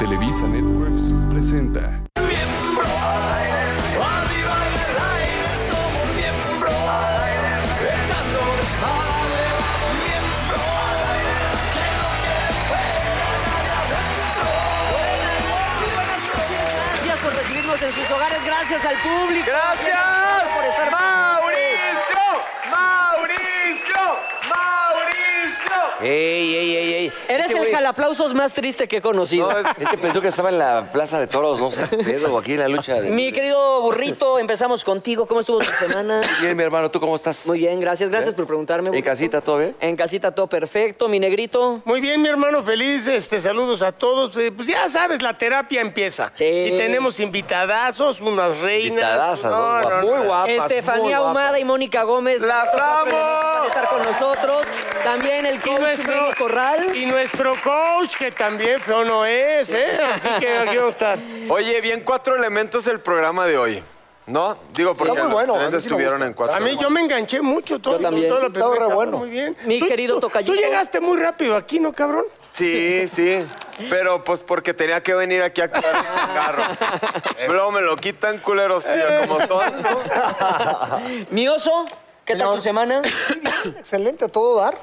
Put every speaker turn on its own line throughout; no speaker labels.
Televisa Networks presenta.
Arriba en el aire somos miembros, echando desmadre, miembros, que no quieren fuera nadie adentro.
Muy buenas noches, gracias por recibirnos en sus hogares, gracias al público.
Gracias
por estar
Mauricio, Mauricio, Mauricio.
¡Ey, ey, ey, ey!
Eres
Este
el
güey-
jalaplausos más triste que he conocido.
Este pensó que estaba en la plaza de toros, no sé, Pedro, aquí en la lucha. De...
Mi querido burrito, empezamos contigo. ¿Cómo estuvo tu semana?
Bien, mi hermano, ¿tú cómo estás?
Muy bien, gracias, gracias
¿Eh?
por preguntarme.
¿En
burrito.
casita todo bien?
En casita todo perfecto, mi negrito.
Muy bien, mi hermano, feliz. Este, saludos a todos. Eh, Pues ya sabes, la terapia empieza.
Sí.
Y tenemos invitadazos, unas reinas.
Invitadazas, ¿no? Muy guapas,
Estefanía Ahumada y Mónica Gómez.
¡Las
gracias por
amo!
estar con nosotros. También el
Y
coach
nuestro,
Freddy Corral.
y nuestro coach, que también feo no es, ¿eh? Así que aquí vamos a estar.
Oye, bien cuatro elementos el programa de hoy. ¿No? Digo, porque
muy
los
bueno, a
tres
mí sí me
estuvieron
gusta.
en cuatro.
A mí yo me enganché mucho. Todo,
Yo también.
Todo lo
Estaba
primera
re
etapa,
bueno.
Muy bien.
Mi
Tú-
querido
tú-
tocayito.
Tú llegaste muy rápido aquí, ¿no, cabrón?
Sí, sí. Pero pues porque tenía que venir aquí a actuar el changarro. Luego me lo quitan, culeros, sí, como son.
Mi oso, ¿qué tal tu semana?
Excelente, a todo dar.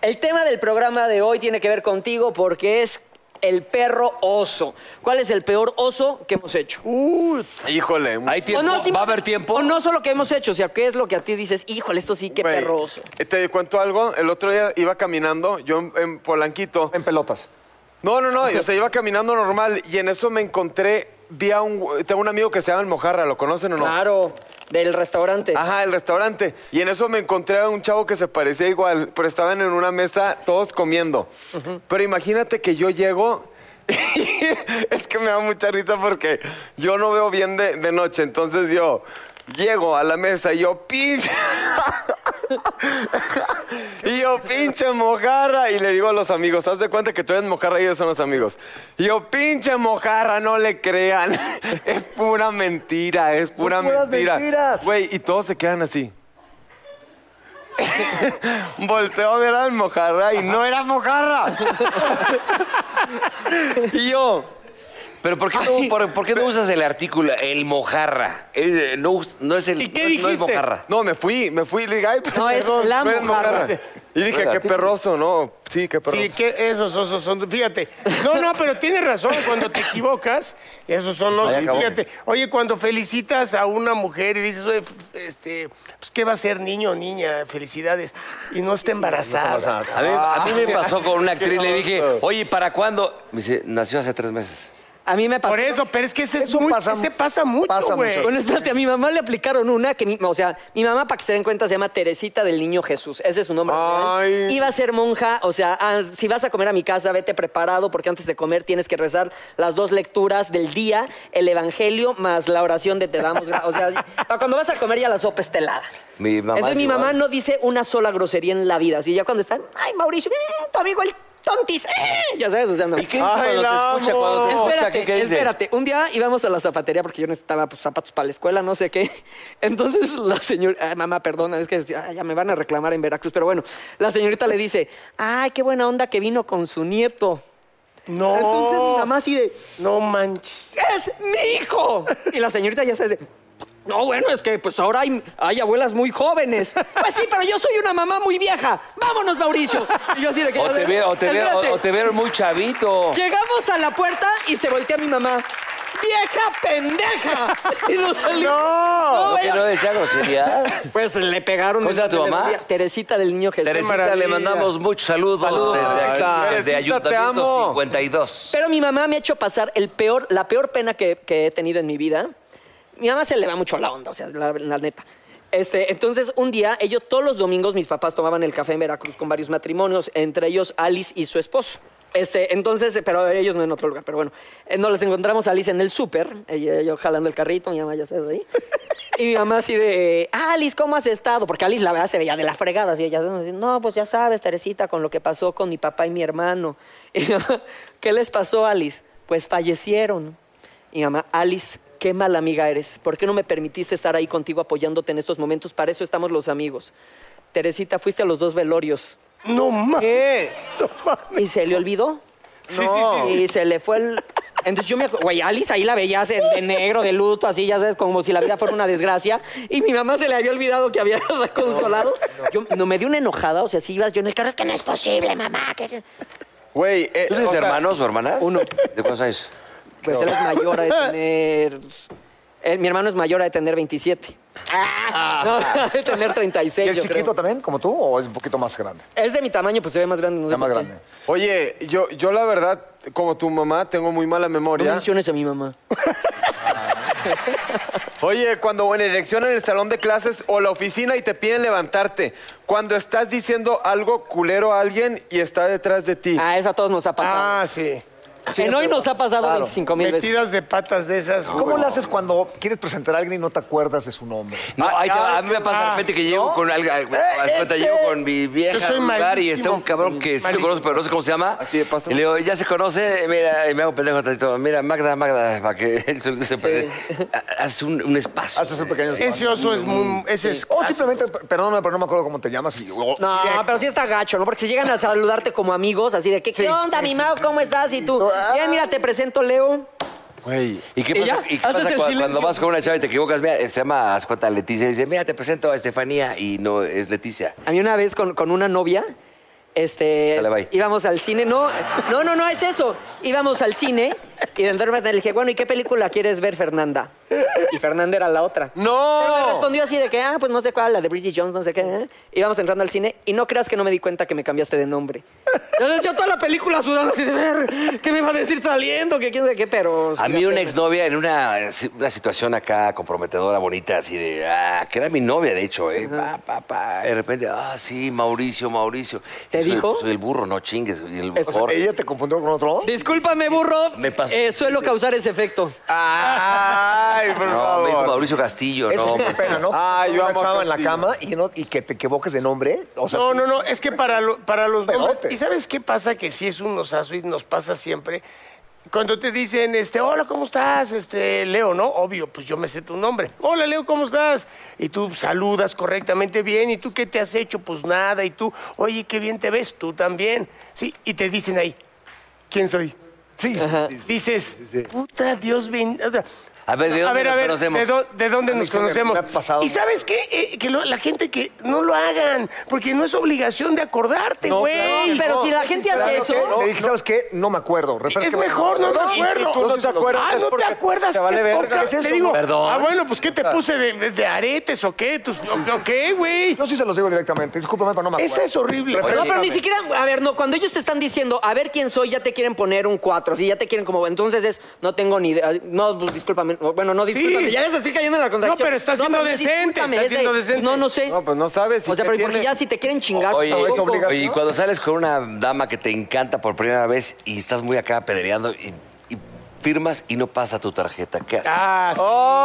El tema del programa de hoy tiene que ver contigo porque es el perro oso. ¿Cuál es el peor oso que hemos hecho?
Híjole.
¿Hay tiempo?
no, sim-
¿Va a haber tiempo?
O no solo que hemos hecho, o sea, qué es lo que a ti dices, híjole, esto sí, qué
güey,
perro oso.
Eh, Te cuento algo. El otro día iba caminando, yo en, en Polanquito.
En pelotas.
No, no, no. Yo se iba caminando normal y en eso me encontré. Vi a un. Tengo un amigo que se llama El Mojarra, ¿lo conocen o no?
Claro, del restaurante.
Ajá, el restaurante. Y en eso me encontré a un chavo que se parecía igual, pero estaban en una mesa todos comiendo. Pero imagínate que yo llego. es que me da mucha risa porque yo no veo bien de, de noche. Entonces yo llego a la mesa y yo, pinche. y yo, pinche mojarra. Y le digo a los amigos, haz de cuenta que tú eres mojarra y ellos son los amigos. Y yo, pinche mojarra, no le crean. es pura mentira, es pura
puras
mentira.
mentiras.
Güey, y todos se quedan así. Volteo a ver al mojarra y no era mojarra. y yo,
¿Pero por qué no, por, por qué no usas el artículo, el mojarra? Eh, no, us- no es el.
¿Y qué
no, no es
dijiste?
mojarra.
no, me fui, me fui. Le dije, ay,
No, es la
eres
mojarra.
Y dije, qué perroso, ¿no? Sí, qué perroso.
Sí, que esos osos son. Fíjate. No, no, pero tienes razón. Cuando te equivocas, esos son los.
Pues Ahí acabó.
Fíjate. Oye, cuando felicitas a una mujer y dices, oye, f- este, pues, ¿qué va a ser niño o niña? Felicidades. Y no está embarazada.
A mí, a mí
Ah.
me pasó con una actriz, le dije, oye, ¿para cuándo? Me dice, nació hace tres meses.
A mí me pasó.
Por eso, pero es que ese, es
Eso
muy-
pasa-
ese pasa mucho,
pasa
güey.
mucho.
Bueno, espérate, a mi mamá le aplicaron una que, mi- o sea, mi mamá, para que se den cuenta, se llama Teresita del Niño Jesús. Ese es su nombre. real.
Ay.
Iba a ser monja, o sea, ah, si vas a comer a mi casa, vete preparado, porque antes de comer tienes que rezar las dos lecturas del día, el evangelio más la oración de te damos. gra- O sea, para cuando vas a comer ya la sopa estelada.
Mi mamá
Entonces
es
mi
igual.
mamá no dice una sola grosería en la vida. Así ya cuando están, ay, Mauricio, mm, tu amigo el tontis, eh", ya sabes, o sea, no.
¿Y qué dice cuando te escucha? Cuando te escucha,
Espérate,
¿qué, qué dice?
espérate. Un día íbamos a la zapatería porque yo necesitaba pues, zapatos para la escuela, no sé qué. Entonces la señora, ay, mamá, perdona, es que decía, "Ay, ya me van a reclamar en Veracruz, pero bueno, la señorita le dice, ay, qué buena onda que vino con su nieto.
No.
Entonces mi mamá así de,
No manches.
es mi hijo. Y la señorita ya se dice, No, bueno, es que pues ahora hay, hay abuelas muy jóvenes. Pues sí, pero yo soy una mamá muy vieja. Vámonos, Mauricio. Y yo así de que...
O te, ve- o te ve-
Espérate.
o- o te veo muy chavito.
Llegamos a la puerta y se voltea mi mamá. ¡Vieja pendeja! Y nos salimos.
No,
¿Por qué
bueno.
no decía grosería?
Pues le pegaron.
¿Pues a tu
Le
mamá?
dolía. Teresita del niño Jesús.
Teresita, le
maravilla.
mandamos muchos saludos,
Saludos,
desde, aquí,
Teresita.
desde
Teresita, te
Ayuntamiento
amo.
52.
Pero mi mamá me ha hecho pasar el peor, la peor pena que, que he tenido en mi vida. Mi mamá se le va mucho la onda, o sea, la, la neta. Este, entonces, un día, ellos todos los domingos, mis papás tomaban el café en Veracruz con varios matrimonios, entre ellos Alice y su esposo. Este, entonces, pero ellos no en otro lugar, pero bueno. Eh, Nos las encontramos a Alice en el súper, ella- yo jalando el carrito, mi mamá ya se ahí. Y mi mamá así de, "Ah, Alice, ¿cómo has estado? Porque Alice, la verdad, se veía de las fregadas. Y ella, no, pues ya sabes, Teresita, con lo que pasó con mi papá y mi hermano. Y mi mamá, ¿qué les pasó, Alice? Pues fallecieron. Y mi mamá, Alice, qué mala amiga eres. ¿Por qué no me permitiste estar ahí contigo apoyándote en estos momentos? Para eso estamos los amigos. Teresita, fuiste a los dos velorios.
No mames.
¿Qué?
No mames.
¿Y se le olvidó?
Sí, sí, sí.
Y se le fue el... Entonces yo me acuerdo, güey, Alice ahí la veías en- de negro, de luto, así, ya sabes, como si la vida fuera una desgracia. Y mi mamá se le había olvidado que había consolado. Yo no me dio una enojada, o sea, si ibas yo en el carro, es que no es posible, mamá. que- que-".
Güey, eh,
¿Tú tienes
o sea,
hermanos o hermanas?
Uno.
¿De cuántos años?
Pues él es mayor a de tener... eh, mi hermano es mayor a de tener 27. No, a de tener
Ah. ¿Y
36,
es
yo
chiquito
creo.
también, como tú, o es un poquito más grande?
Es de mi tamaño, pues se ve más grande. No sé
Ya más
por qué.
grande.
Oye, yo, yo la verdad, como tu mamá, tengo muy mala
No
memoria.
menciones a mi mamá.
Oye, cuando en elección en el salón de clases o la oficina y te piden levantarte, cuando estás diciendo algo culero a alguien y está detrás de ti.
Ah, eso a todos nos ha pasado.
Ah, sí.
en hoy nos ha pasado
Claro.
25 mil veces.
Metidas de patas de esas.
¿Cómo le haces cuando quieres presentar a alguien y no te acuerdas de su nombre?
No, ahí te va.
ah,
a mí me pasa de
ah,
repente que llego con alguien, me das cuenta, llego con mi
Yo
vieja
soy
al lugar y está
malísimo.
un cabrón que sí lo
Malísimo.
conozco, pero no sé cómo se llama.
Así de paso.
Y le digo, ya se conoce, mira, y me hago pendejo tantito. Mira, Magda, Magda, para que él se, se Hace un, un espacio.
Haces un pequeño...
Ese oso es muy. Ese es.
O oh, simplemente, perdóname, pero no me acuerdo cómo te llamas. Y, o-
No, pero sí está gacho, ¿no? Porque si llegan a saludarte como amigos, así de, ¿qué, ¿qué onda, mi Mau? ¿Cómo estás? Y tú,
Ah.
bien, mira, te presento Leo.
Güey.
¿Y qué
Y
pasa,
ya,
y qué
haces
pasa
el
cua- cuando,
silencio.
vas con una chava y te equivocas? Mira, se llama haz cuenta Leticia y dice, mira, te presento a Estefanía y no es Leticia.
A mí una vez con, con una novia, este,
Dale, bye.
íbamos al cine. No, no, no, no, es eso. Íbamos al cine y de repente le dije, bueno, ¿y qué película quieres ver, Fernanda? Y Fernanda era la otra. Pero me
¡No!
respondió así de que, ah, pues no sé cuál, la de Bridget Jones, no sé qué. ¿eh? Íbamos entrando al cine y no creas que no me di cuenta que me cambiaste de nombre. Entonces yo toda la película sudando así de ver, ¿qué me iba a decir saliendo? Que quién sabe qué, pero...
A mí una exnovia en una, una situación acá comprometedora, bonita, así de, ah, que era mi novia, de hecho, ¿eh? Pa, pa, pa. De repente, ah, sí, Mauricio, Mauricio.
¿Te
Soy-
dijo?
Soy el burro, no chingues. soy el
O sea,
burro.
¿Ella te confundió con otro?
Discúlpame, burro.
Me pasó.
Eh, suelo causar ese efecto.
Ay, por
No, Ah, me dijo
favor.
Mauricio Castillo,
Eso
no.
sí qué
pues,
pena, ¿no?
Ah, yo
una
amo a
chava en la
Castillo.
cama y, no- y que te equivoques de nombre. O sea,
No,
sí.
no, no, es que para, lo- para los
Pedote.
hombres- ¿Y sabes qué pasa? Que sí es un osazo y nos pasa siempre. Cuando te dicen, este, hola, ¿cómo estás? Este, Leo, ¿no? Obvio, pues yo me sé tu nombre. Hola, Leo, ¿cómo estás? Y tú saludas correctamente bien. ¿Y tú qué te has hecho? Pues nada. Y tú, oye, qué bien te ves. Tú también. Sí, y te dicen ahí, ¿quién soy?
Sí.
Dices, puta Dios ben- o sea,
A ver, ¿de dónde nos conocemos?
¿de, dó- de dónde
A mí
nos
sí me-
conocemos?
me ha pasado.
Y sabes qué, Eh, que lo- la gente que no lo hagan, porque no es obligación de acordarte,
No,
güey.
claro,
Pero si la gente hace
¿Sabes
eso...
qué? Le dije, ¿sabes qué? No me acuerdo.
Es
refrescame.
mejor, no me
Y si
acuerdo.
tú no te acuerdas,
Ah,
es
no te
porque
acuerdas.
te vale
qué
verga.
poca-
¿Es eso?
Le digo,
Perdón.
ah, bueno, pues ¿qué te puse de, de- de aretes o qué? Tus- o- o qué, güey?
Yo sí se los digo directamente. Discúlpame, pero no me acuerdo.
Esa es horrible.
No, pero
Refrescame.
ni siquiera, a ver, no, cuando ellos te están diciendo, a ver quién soy, ya te quieren poner un 4, así ya te quieren como, entonces es, no tengo ni idea, no, pues, discúlpame, no, bueno, no, discúlpame, ya les estoy cayendo en la contracción.
No, pero estás siendo decente,
discúlpame,
estás
es de,
siendo decente.
No, no sé.
No, pues no sabes.
o sea, pero porque
tiene-
ya si te quieren chingar,
Oye,
tampoco.
es obligación.
oye, y cuando sales con una dama que te encanta por primera vez y estás muy acá pedreando y, y firmas y no pasa tu tarjeta, ¿qué haces?
Ah, sí.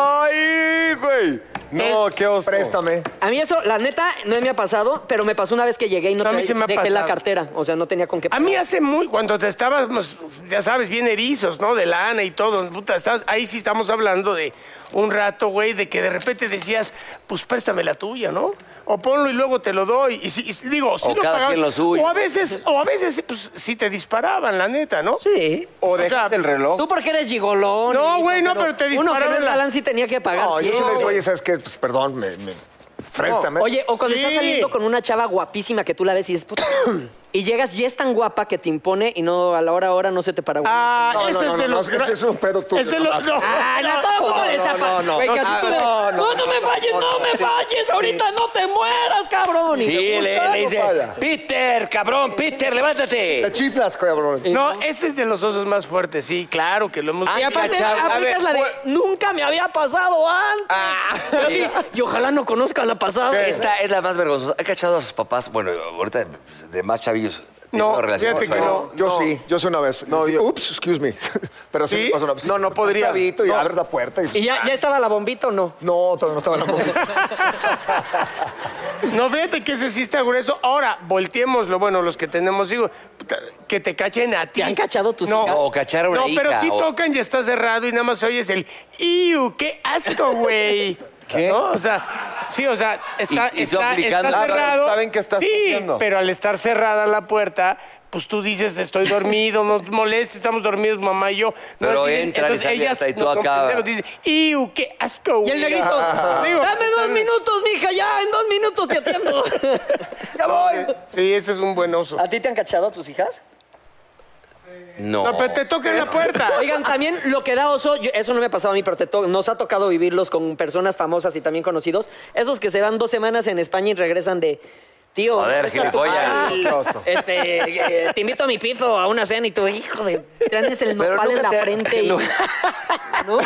¡Ay, güey! No, qué oso.
Préstame.
a mí eso, la neta, no me ha pasado, pero me pasó una vez que llegué y no
A mí
te
sí me ha
dejé la
pasado. Ah,
cartera, o sea, no tenía con qué
A mí hace muy, cuando te estábamos, ya sabes, bien erizos, ¿no? De lana y todo. Puta, estás- ahí sí estamos hablando de un rato, güey, de que de repente decías, pues préstame la tuya, ¿no? o ponlo y luego te lo doy. Y, si, y si- digo, si
O cada quien lo suyo.
O a veces, o a veces pues, sí te disparaban, la neta, ¿no?
Sí.
O
sea,
dejas el reloj.
Tú porque eres gigolón.
No,
Nico,
güey, no, pero te
Uno que no
dispararon
es
la-
galán sí tenía que pagar.
No, yo sí
cien,
le digo,
güey.
oye, ¿sabes qué? Pues perdón, me, me- préstame.
Oye, o cuando
Sí.
estás saliendo con una chava guapísima que tú la ves y es puta. y llegas y es tan guapa que te impone y no a la hora hora no se te para. güey.
Ah,
No, no,
ese
no,
es de
no,
los.
no, es que ese es un pedo tuyo,
Es de
no
los.
más.
No,
Ay, no, todo el mundo le zapa.
no, no.
Güey, que así
Ah,
tú le-
no, no,
no, no me
no,
falles, no,
no,
me
no.
falles, ahorita no te mueras, cabrón. Y
Sí,
te-
le, le dice,
falla?
Peter, cabrón, Peter,
Te
levántate.
chiflas, cabrón.
no, ese es de los osos más fuertes, sí, claro que lo
Ah,
hemos.
Y aparte aplicas la de nunca me había pasado antes.
Ah,
Pero sí, y ojalá no conozca la pasada.
Esta es la más vergonzosa. ¿Ha cachado a sus papás? Bueno, ahorita de más chavillos. tiene
No,
una relación
fíjate
con
que
sus
no.
padres.
Yo sí, yo sí una vez.
No, yo-
Ups, excuse me. Pero sí,
¿Sí?
me pasó una vez.
No, no podría.
Chavito y
No.
abre la puerta y... ¡ah!
¿Y ya, ya estaba la bombita o no?
No, todavía no estaba en la mujer.
No, fíjate que ese sí está grueso. Ahora, volteémoslo, bueno, los que tenemos hijos, puta, que te cachen a ti.
¿Te han cachado tus
no,
hijas?
O cachar a una
No, pero
hija,
sí
o-
tocan y está cerrado y nada más oyes el ¡Iu! ¡Qué asco, güey!
¿Qué?
¿No? O sea, sí, o sea, está,
Y- y tú
está-
aplicando-
está cerrado.
Saben que estás
Sí,
comiendo.
pero al estar cerrada la puerta, pues tú dices, estoy dormido, no te molestes, estamos dormidos, mamá y yo. No,
Pero
dicen-
entran y
entonces
salen
ellas
hasta y tú
nos
acá.
comprendemos, dicen, ¡Iu! ¡Qué asco,
Y
güey!
el negrito,
Digo,
dame dos minutos, mija, ya, en dos minutos te atiendo. ya voy.
Sí, ese es un buen oso.
¿A ti te han cachado a tus hijas?
No.
No, pero te tocan la puerta.
Oigan, también lo que da oso, yo- eso no me ha pasado a mí, pero te to- nos ha tocado vivirlos con personas famosas y también conocidos. Esos que se van dos semanas en España y regresan de. Tío,
Joder,
¿dónde está tu
gilipollas. Ah,
pan?
Qué oso.
Este, eh, te invito a mi piso, a una cena y tu hijo de. Tienes el
Pero
nopal en la
nunca te-
frente y.
nunca-
¿No?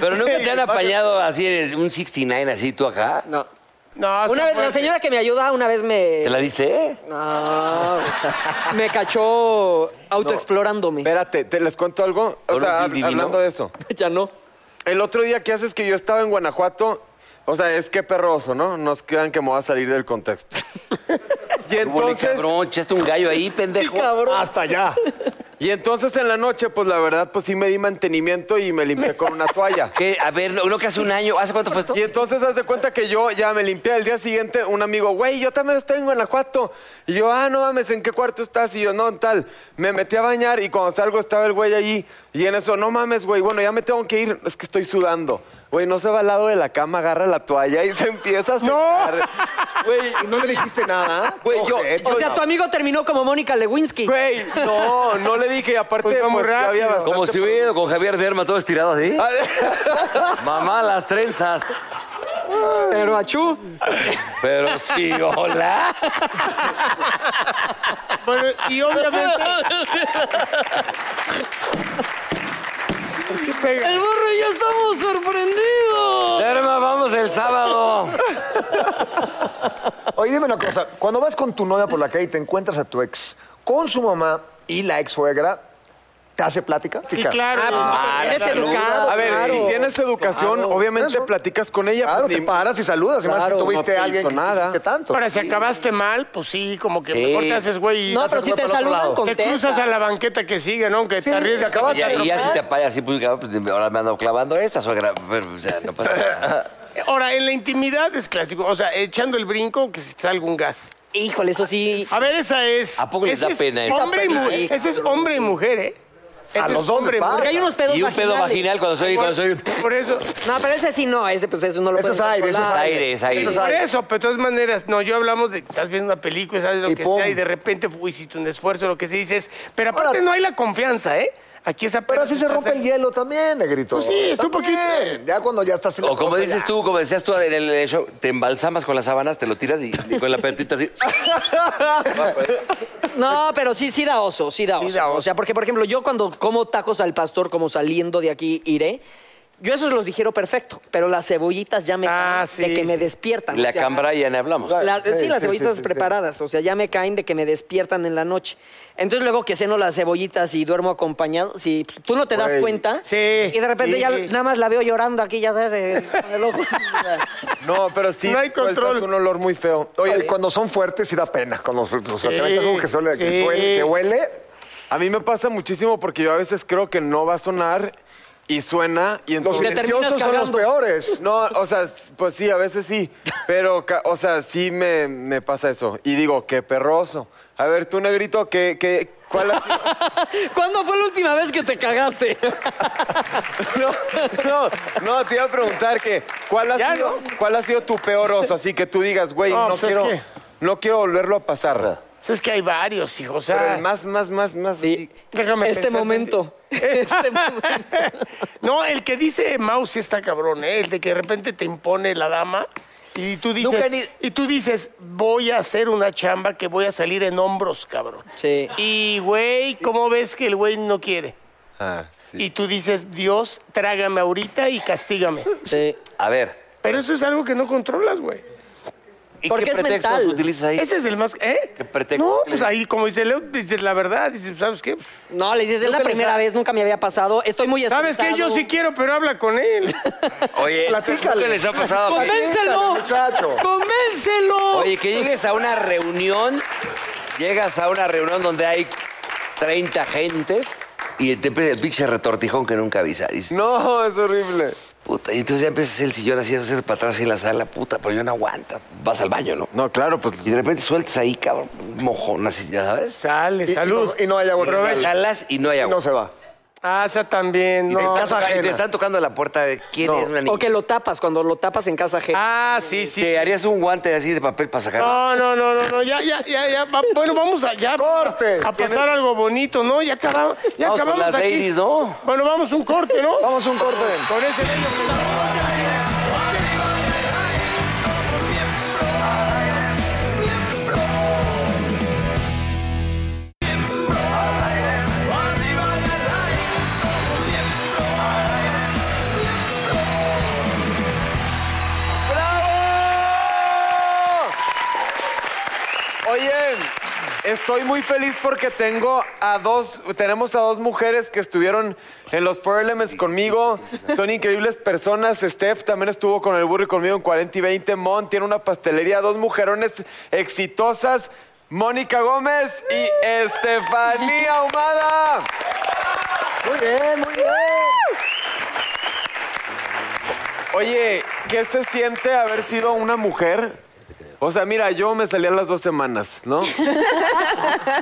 Pero nunca te han apañado así en un 69 así tú acá.
No.
Ah,
No, está
Una vez, la
fuerte.
señora que me ayuda, una vez me.
¿Te la diste?
No. Me cachó autoexplorándome.
Espérate, te les cuento algo. O
Ahora
sea,
sí,
hab-
divino.
hablando de eso.
Ya no.
El otro día que haces que yo estaba en Guanajuato, o sea, es que perroso, ¿no? Nos crean que me voy a salir del contexto. y
Entonces,
entonces,
cabrón, echaste un gallo ahí, pendejo.
Cabrón.
Hasta allá.
y entonces en la noche, pues la verdad, pues sí me di mantenimiento y me limpié con una toalla.
¿Qué? A ver, no, no que hace un año. ¿Hace cuánto fue esto?
Y entonces haz de cuenta que yo ya me limpié el día siguiente, un amigo, güey, yo también estoy en Guanajuato. Y yo, ah, no mames, ¿en qué cuarto estás? Y yo, no, en tal. Me metí a bañar y cuando salgo estaba el güey allí. Y en eso, no mames, güey, bueno, ya me tengo que ir, es que estoy sudando. Güey, no se va al lado de la cama, agarra la toalla y se empieza a secar. Güey,
Y no le dijiste nada.
Güey, yo-
Ojete.
O sea, tu amigo terminó como Mónica Lewinsky.
güey, no, no le dije. Y aparte,
Pues
pues,
va muy
ya había
rápido.
bastante...
Como si hubiera ido con Javier Derma todo estirado así. Mamá, las trenzas.
Pero achú.
Pero sí, hola.
Bueno, y obviamente. ¿Qué pega?
El burro y yo estamos sorprendidos.
Derma, vamos el sábado.
Oye, dime una cosa. Cuando vas con tu novia por la calle y te encuentras a tu ex con su mamá y la ex suegra, ¿te hace plática?
Sí, claro.
Ah, eres educado.
A ver,
claro.
si tienes educación, obviamente
Eso.
platicas con ella.
Claro,
pues,
te
ni-
paras y saludas. Y más si
Claro, no
tuviste
te
a alguien
hizo
que
nada.
quisiste tanto.
Ahora, si acabaste mal, pues sí, como que
Sí.
mejor te haces güey. y
No, pero si te
por otro
saludan,
lado.
te cruzas
contesta.
a la banqueta que sigue, ¿no? Aunque
Sí,
te arriesgas.
se acabas
Y, y ya si te apañas así, pues, cabrón, pues, ahora me ando clavando esta suegra. Pero, o sea, no pasa nada.
Ahora, en la intimidad es clásico. O sea, echando el brinco, que se te salga un gas.
Híjole, eso sí.
A ver, esa es.
¿A poco les
ese
da
es
pena eso?
Hombre y
Sí,
mujer. Ese es hombre y mujer, ¿eh? Ese es
los dos
hombre
les
y
pasa.
Porque
mujer.
hay unos pedos
Y un pedo
vaginales.
vaginal cuando soy, cuando soy.
Por eso.
No, pero ese sí no, ese pues eso no lo
Eso
puedes
es aire, eso es
controlar.
Aire, es aire.
Eso es
Por
aire.
eso, pero de todas maneras, no, yo hablamos de estás viendo una película, sabes lo
Y
que
pum.
sea, y de repente fu- hiciste un esfuerzo, lo que se dice es. Pero aparte
Ahora-
no hay la confianza, ¿eh? Aquí esa
Pero así se rompe el hielo también, negrito.
Pues sí, está un
También.
poquito-
Ya cuando ya estás en la
O como
cosa,
dices
ya.
tú, como decías tú en el show, te embalsamas con las sábanas, te lo tiras y, y con la petita así.
No, pero sí, sí da oso, sí da
Sí
oso.
da oso.
O sea, porque, por ejemplo, yo cuando como tacos al pastor, como saliendo de aquí, iré. Yo esos los digiero perfecto, pero las cebollitas ya me
Ah,
caen de
sí,
que me
sí.
despiertan. o
La
sea,
cambra ya ni hablamos.
la- sí,
Sí, sí,
las
sí,
cebollitas
sí, sí.
preparadas, o sea, ya me caen de que me despiertan en la noche. Entonces luego que ceno las cebollitas y duermo acompañado, si pues, tú no te das
Güey,
cuenta,
sí,
y de repente
sí.
ya nada más la veo llorando aquí, ya sabes, eh, con el ojo.
No, pero sí
No hay
sueltas
control.
un olor muy feo. Oye,
Oye, cuando son fuertes sí da pena. Cuando, o sea,
Sí,
te metes uno que, suele- que
sí.
suele- que huele.
A mí me pasa muchísimo porque yo a veces creo que no va a sonar y suena y
Los
entonces...
Le terminas
silenciosos son los
cagando.
peores.
No, o sea, s- pues sí, a veces sí. Pero, ca- o sea, sí me, me pasa eso. Y digo, qué perroso. A ver, tú, negrito, ¿qué, qué, ¿cuál ha sido?
¿Cuándo fue la última vez que te cagaste?
No, no, te iba a preguntar que, ¿cuál ha,
Ya,
sido,
¿no?
¿cuál ha sido tu peor oso? Así que tú digas, güey,
No,
no,
pues es
quiero,
que-
no quiero volverlo a pasar.
Pues es que hay varios, hijo. O sea,
Pero el más, más, más, más.
Sí.
así.
Déjame
este
pensar,
momento. Este momento.
No, el que dice Mau sí está cabrón, ¿eh? El de que de repente te impone la dama y tú
Nunca
dices,
ni-
y tú dices voy a hacer una chamba que voy a salir en hombros, cabrón.
Sí.
Y, güey, ¿cómo ves que el güey no quiere?
Ah, sí.
Y tú dices, Dios, trágame ahorita y castígame.
Sí.
A ver,
Pero eso es algo que no controlas, güey.
¿y
Porque
qué
es
pretextos
mental.
utilizas ahí?
Ese es el más... ¿Eh?
¿Qué pretexto
No,
tienes?
pues ahí, como dice Leo, dices la verdad. Dices, ¿sabes qué?
No, le dices, es la
Nunca les
primera
ha-
vez, nunca me había pasado. Estoy muy estresado.
¿Sabes qué? Yo sí quiero, pero habla con él.
Oye,
Platícale.
¿qué les ha pasado? a-
¡Convéncelo!
Muchacho.
¡Convéncelo!
Oye, que llegues a una reunión, llegas a una reunión donde hay 30 gentes y te empieza el pinche retortijón que nunca avisa. Dices,
No, es horrible.
puta, y entonces ya empiezas el sillón así a hacer para atrás y la sala, puta, pero yo no aguanta. Vas al baño, ¿no?
No, claro, pues.
Y de repente sueltas ahí, cabrón, un mojón, así, ya sabes.
Sale,
Y- y
salud.
no- y no hay agua que
Aprovecha.
Jalas y no hay
Y
agua.
no se va.
Ah, esa también, no.
casa
Y
ajena.
te están tocando la puerta de quién es una niña.
O que lo tapas, cuando lo tapas en casa G.
Ah, sí, sí. Ah,
Te harías un guante así de papel para sacar.
No, no, no, no, no, ya, ya, ya, ya. va- Bueno, vamos a, ya,
Corte.
a pasar algo bonito, ¿no? Ya acabamos, ya
Vamos con
acabamos
las
aquí.
ladies, ¿no?
Bueno, vamos un corte, ¿no?
Vamos a un corte.
Con ese bello que-
Oye, estoy muy feliz porque tengo a dos, tenemos a dos mujeres que estuvieron en los Four Elements conmigo. Son increíbles personas. Steph también estuvo con el burro y conmigo en 40 y 20. Mon tiene una pastelería, dos mujerones exitosas. Mónica Gómez y Estefanía Ahumada.
Muy bien, muy bien.
Oye, ¿qué se siente haber sido una mujer? O sea, mira, yo me salí a las dos semanas, ¿no?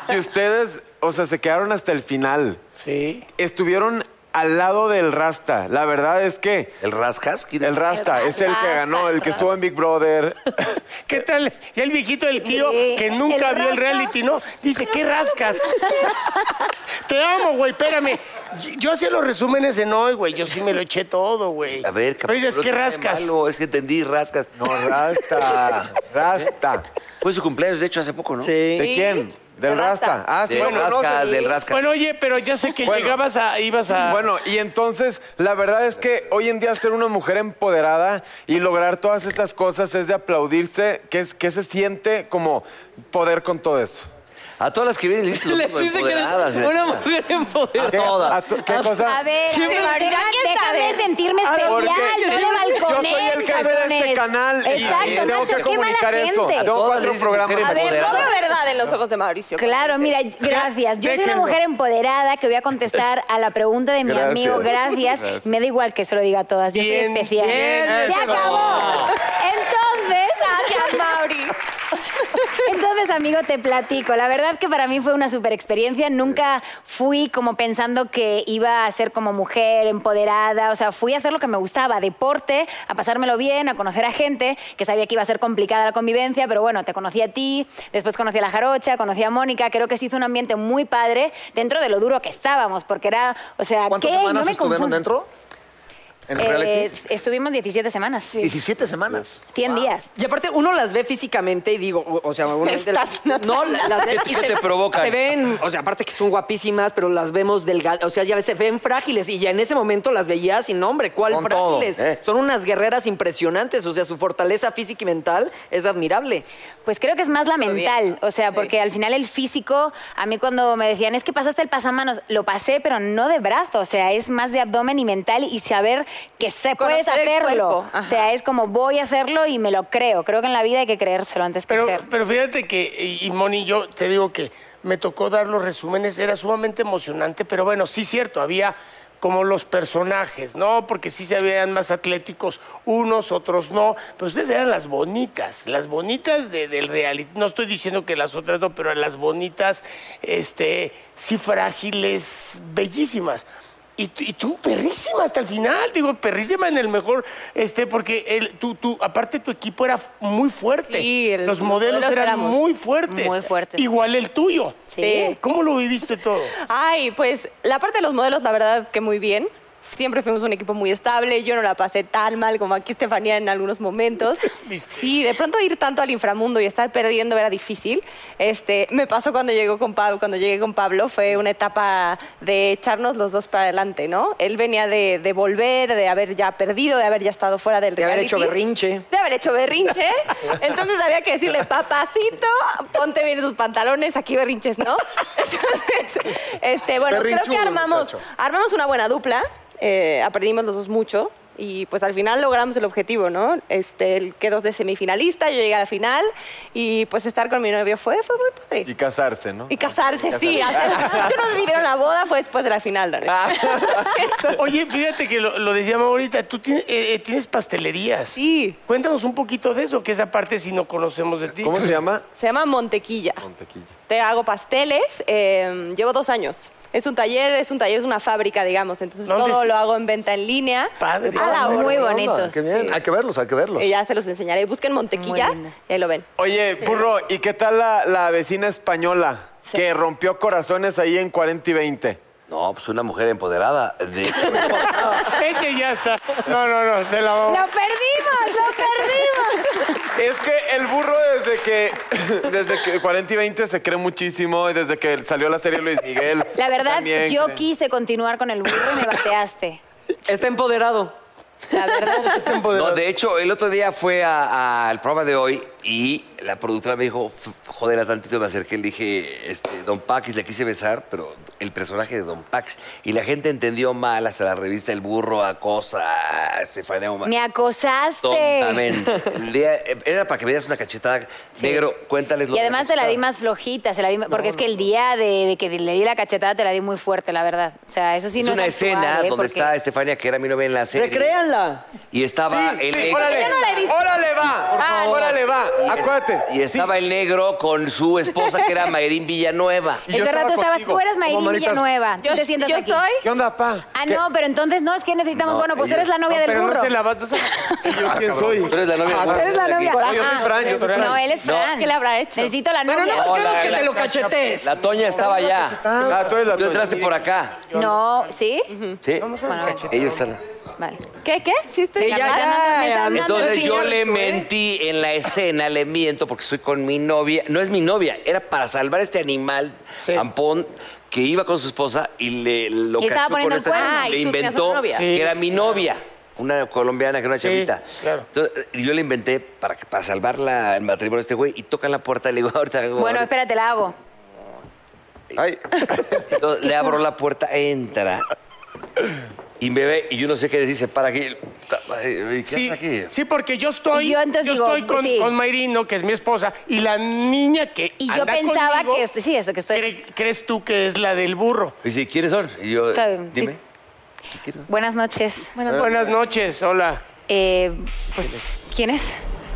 y ustedes, o sea, se quedaron hasta el final.
Sí.
Estuvieron al lado del Rasta. La verdad es que
¿El rascas? ¿Quién es?
el Rasta es el que ganó, el que estuvo en Big Brother.
¿Qué tal? Y el viejito del tío
Sí.
que nunca
El
vio el
rasca.
reality, ¿no? Dice, ¿qué rascas? Te amo, güey, espérame. Yo- Yo hacía los resúmenes en hoy, güey. Yo sí me lo eché todo, güey.
A ver,
Pero dices,
cabrón,
¿qué
no tiene
rascas?
malo, es que entendí, rascas.
No, Rasta. Rasta.
Fue su cumpleaños, de hecho, hace poco, ¿no?
¿De quién? Del Rasta. Ah, sí,
Del
bueno, no,
rascas,
sí.
del rascas.
Bueno, oye, pero ya sé que
Bueno.
llegabas a, ibas a...
Bueno, y entonces la verdad es que hoy en día ser una mujer empoderada y lograr todas estas cosas es de aplaudirse. ¿Qué, es- qué se siente como poder con todo eso?
A todas las que vienen les
Les dice que
empoderadas.
eres una mujer empoderada.
¿Qué- a tu- ¿Qué cosa?
A ver,
Siempre
a ver,
María,
deja-
¿qué
déjame
saber?
sentirme
Ah,
especial.
porque
no le
yo
balconen,
soy el jefe de este
cabrones.
canal y-
Exacto,
y tengo
Nacho,
que
qué mala
comunicar eso.
gente.
Tengo cuatro programas.
A ver, no veo
verdad en los ojos de Mauricio.
Claro, mira, gracias. Yo soy una
Déjenlo.
mujer empoderada que voy a contestar a la pregunta de mi
Gracias.
amigo. Gracias. Me da igual que se lo diga a todas. Yo soy
Bien,
especial.
bien,
¡Se
eso.
acabó! Entonces,
Gracias, Mauri.
entonces, amigo, te platico. La verdad que para mí fue una super experiencia. Nunca fui como pensando que iba a ser como mujer empoderada. O sea, fui a hacer lo que me gustaba, deporte, a pasármelo bien, a conocer a gente, que sabía que iba a ser complicada la convivencia, pero bueno, te conocí a ti, después conocí a la Jarocha, conocí a Mónica. Creo que se hizo un ambiente muy padre dentro de lo duro que estábamos, porque era, o sea,
¿Cuántas
¿qué? No
semanas
me
estuvieron
confundo.
dentro? ¿En el
Eh,
reality?
estuvimos 17 semanas,
17 semanas.
100 días.
Y aparte, uno las ve físicamente y digo, o, o sea, uno ve-
Estás-
no, las ve y
qué te provocan?
Se ven, o sea, aparte que son guapísimas, pero las vemos delgadas, o sea, ya se ven frágiles y ya en ese momento las veías y no, hombre, ¿cuál
Con todo,
frágiles?
¿eh?
Son unas guerreras impresionantes, o sea, su fortaleza física y mental es admirable.
Pues creo que es más la mental, o sea, porque al final el físico, a mí cuando me decían, es que pasaste el pasamanos, lo pasé, pero no de brazo, o sea, es más de abdomen y mental y saber que se
Conocer
puedes
el
hacerlo.
cuerpo,
O
ajá.
sea, es como voy a hacerlo y me lo creo. Creo que en la vida hay que creérselo antes que
Pero,
ser.
pero fíjate que, y, y, Moni, yo te digo que me tocó dar los resúmenes, era sumamente emocionante, pero bueno, sí cierto, había como los personajes, ¿no? Porque sí se veían más atléticos unos, otros no. Pero ustedes eran las bonitas, las bonitas de- del reality. No estoy diciendo que las otras no, pero las bonitas, este, sí frágiles, bellísimas. Y, tú- y tú, perrísima hasta el final, digo, perrísima en el mejor, este, porque el, tú, tú, aparte tu equipo era f- muy fuerte.
Sí, el-
Los modelos
los
eran
éramos
muy fuertes.
muy fuertes.
Igual el tuyo.
Sí.
¿Cómo lo viviste todo?
Ay, pues la parte de los modelos, la verdad que muy bien. Siempre fuimos un equipo muy estable. Yo no la pasé tan mal como aquí Estefanía en algunos momentos. Sí, de pronto ir tanto al inframundo y estar perdiendo era difícil. Este, me pasó cuando llegó con Pablo, cuando llegué con Pablo fue una etapa de echarnos los dos para adelante, ¿no? Él venía de, de volver, de haber ya perdido, de haber ya estado fuera del
De haber
reality.
hecho berrinche.
de haber hecho berrinche. Entonces había que decirle, papacito, ponte bien tus pantalones, aquí berrinches, ¿no? Entonces, este, bueno, creo que
Berrinchudo,
armamos,
muchacho.
armamos una buena dupla, eh, aprendimos los dos mucho y pues al final logramos el objetivo, ¿no? Este, él quedó de semifinalista, yo llegué a la final y pues estar con mi novio fue, fue muy padre.
Y casarse, ¿no?
Y casarse, sí. hacer- Yo no sé si vieron la boda, fue después de la final, la neta.
Oye, fíjate que lo, lo decíamos ahorita, tú tienes, eh, eh, tienes pastelerías.
Sí.
Cuéntanos un poquito de eso, que esa parte si no conocemos de ti.
¿Cómo se llama?
Se llama Montequilla.
Montequilla.
Te hago pasteles, eh, llevo dos años. Es un taller, es un taller, es una fábrica, digamos. Entonces
¿Dónde
todo
es?
lo hago en venta en línea. Ah,
Padre.
A la hora.
Muy
Qué onda,
bonitos.
qué
Ah,
bien. Hay que verlos, hay que verlos.
Y Eh, ya se los enseñaré. Busquen Montequilla
Muy lindo.
y ahí lo ven.
Oye, burro, ¿y qué tal la, la vecina española que rompió corazones ahí en 40 y 20?
No, pues una mujer empoderada. De...
Vete, ya está. No, no, no, se la vamos.
¡Lo perdimos! ¡Lo perdimos!
Es que el burro desde que desde que 40 y 20 se cree muchísimo y desde que salió la serie Luis Miguel.
La verdad,
también
yo
cree.
quise continuar con el burro y me bateaste.
Está empoderado.
La verdad.
No, de hecho, el otro día fue a- a- al programa de hoy y la productora me dijo, "F- jodela tantito, me acerqué y le dije, este, Don Pax, le quise besar, pero el personaje de Don Pax. Y la gente entendió mal hasta la revista El Burro, Acosa, a Estefanía Guzmán.
Me acosaste.
Tontamente. El día- eh, Era para que me dieras una cachetada. Negro, cuéntales lo
Y
de la
además te la di
cachetada.
más flojita, se la di, porque es que el día de, de que le di la cachetada te la di muy fuerte, la verdad. O sea, eso sí
Es
no
una
es actuar,
escena
¿eh?
donde
Porque-
está Estefania, que era mi novia en la serie.
Recréanla.
Y estaba el
Sí,
negro.
órale,
Yo no la he visto.
órale va, Ah,
favor.
órale va, acuérdate.
Y estaba el negro con su esposa, que era Mayrín Villanueva.
En todo rato estabas, tú eres Mayrín
manitas-
Villanueva.
Yo,
tú te sientas
yo
aquí.
estoy.
¿Qué onda, pa?
Ah, no, pero entonces no, es que necesitamos, bueno, pues tú eres la novia del
Pero
burro. Ah,
no se la vas no se la-
¿Yo quién soy?
Ah,
Ah,
Tú eres la novia.
Tú eres la novia.
yo soy
Ajá.
Fran, yo soy Fran.
No, él es
No.
Fran.
¿Qué le habrá hecho?
Necesito la
Pero
novia.
no más queremos
Hola,
que
la-
te lo cachetes.
La Toña estaba allá.
Ah, tú eres la
Tú entraste
Toña.
por acá.
No, ¿sí?
Sí. Ellos están.
Vale.
¿Qué, qué? Sí, estoy.
Sí, ya,
Ah,
ya,
me
ya,
están dando
Entonces
el
yo
señor,
le
tú, ¿eh?
mentí en la escena, le miento porque estoy con mi novia. No es mi novia, era para salvar a este animal ampón que iba con su esposa y le lo
Y estaba
cachó con
poniendo
esta
el cuerno.
Ah,
le
y tú tenías
inventó
una novia.
que era mi novia. Una colombiana que era una chavita.
claro.
Entonces, y yo le inventé para, que- para salvar la- el matrimonio de este güey y toca la puerta, le digo, ahorita vengo,
Bueno,
ahorita".
espérate, la hago.
Ay.
Entonces, le abro la puerta, entra y me ve y yo no sé qué decir, se para aquí. Ta madre, ¿Qué
Sí,
hace aquí?
sí, porque yo estoy,
Y yo entonces digo,
estoy con,
sí.
con Mayrino, que es mi esposa, y la niña que
Y yo
anda
pensaba
conmigo,
que este- sí, esto que estoy.
cre- ¿Crees tú que es la del burro?
Y dice, ¿quiénes son? Y yo,
Claro, sí.
dime. ¿Qué quieren?
Buenas noches.
Buenas noches, hola.
Eh, pues, ¿quién es?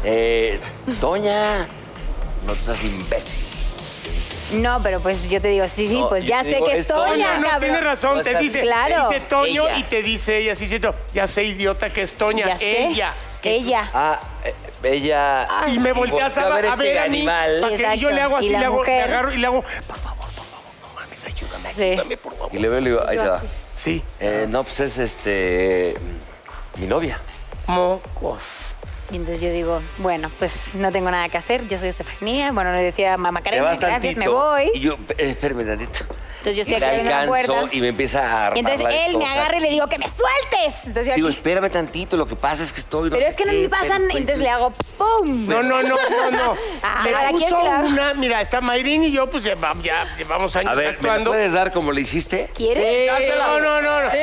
Eh, Doña, no seas imbécil.
No, pero pues yo te digo, sí, sí,
No,
pues
yo
ya
te
sé
digo,
que
es
es Toña,
Toña, no,
cabrón.
tienes razón,
O
te
sea,
dice,
claro.
te dice Toño
Ella.
y te dice ella, sí, cierto, ya sé idiota que es Toña,
Ya sé.
ella. que es-
Ella.
Ah, eh, ella.
Y me volteas a, a
volteó
ver,
este
a mí,
animal
para que yo le hago
Exacto, y
así,
la
le hago, le
mujer.
agarro y le hago, por favor, por favor, no mames, ayúdame,
Sí.
ayúdame, por favor.
y le veo y le digo, ahí te va.
Sí.
Eh, no, pues es este. Mi novia.
Mocos.
Y entonces yo digo, bueno, pues no tengo nada que hacer, yo soy Estefanía, bueno, le decía mamá
Te
Karen,
vas
gracias,
tantito.
me voy.
Y yo, eh, espérame tantito.
Entonces yo estoy
Y la
aquí abriendo la
alcanzo
puerta.
y me empieza a armar
Y entonces
la
él me
cosa.
agarra y le digo, ¡que me sueltes! Entonces yo
Digo,
aquí,
espérame tantito, lo que pasa es que estoy.
pero
sé
es que no
qué,
me pasan,
pero-
entonces le hago ¡pum!
No, no, no, no, no.
Ah,
Le
¿para quién
puso
que la-
una, mira, está Mayrín y yo, pues ya, va- ya llevamos años
A ver, ¿me la
actuando.
puedes dar como le hiciste?
¿Quieres?
No, no, no. no.
Sí.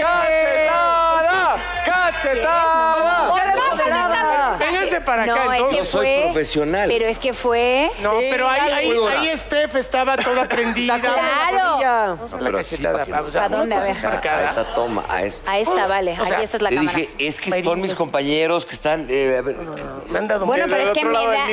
¡Cachetada! ¡Cachetada!
Por favor,
Empoderada.
Vénganse fuiste para acá,
No, es
entonces.
que
No soy
fue-
profesional.
Pero es que fue.
No, pero ahí, ahí,
Muy dura.
ahí Steph estaba toda prendida.
Claro.
No, pero así, para que no-
¿A dónde? A ver.
A esta toma, a esta.
A esta, vale.
O sea,
Ahí esta es la
le
cámara.
dije, es que son mis compañeros que están. eh, a ver,
Ah, me han dado
Bueno, pero es que me da-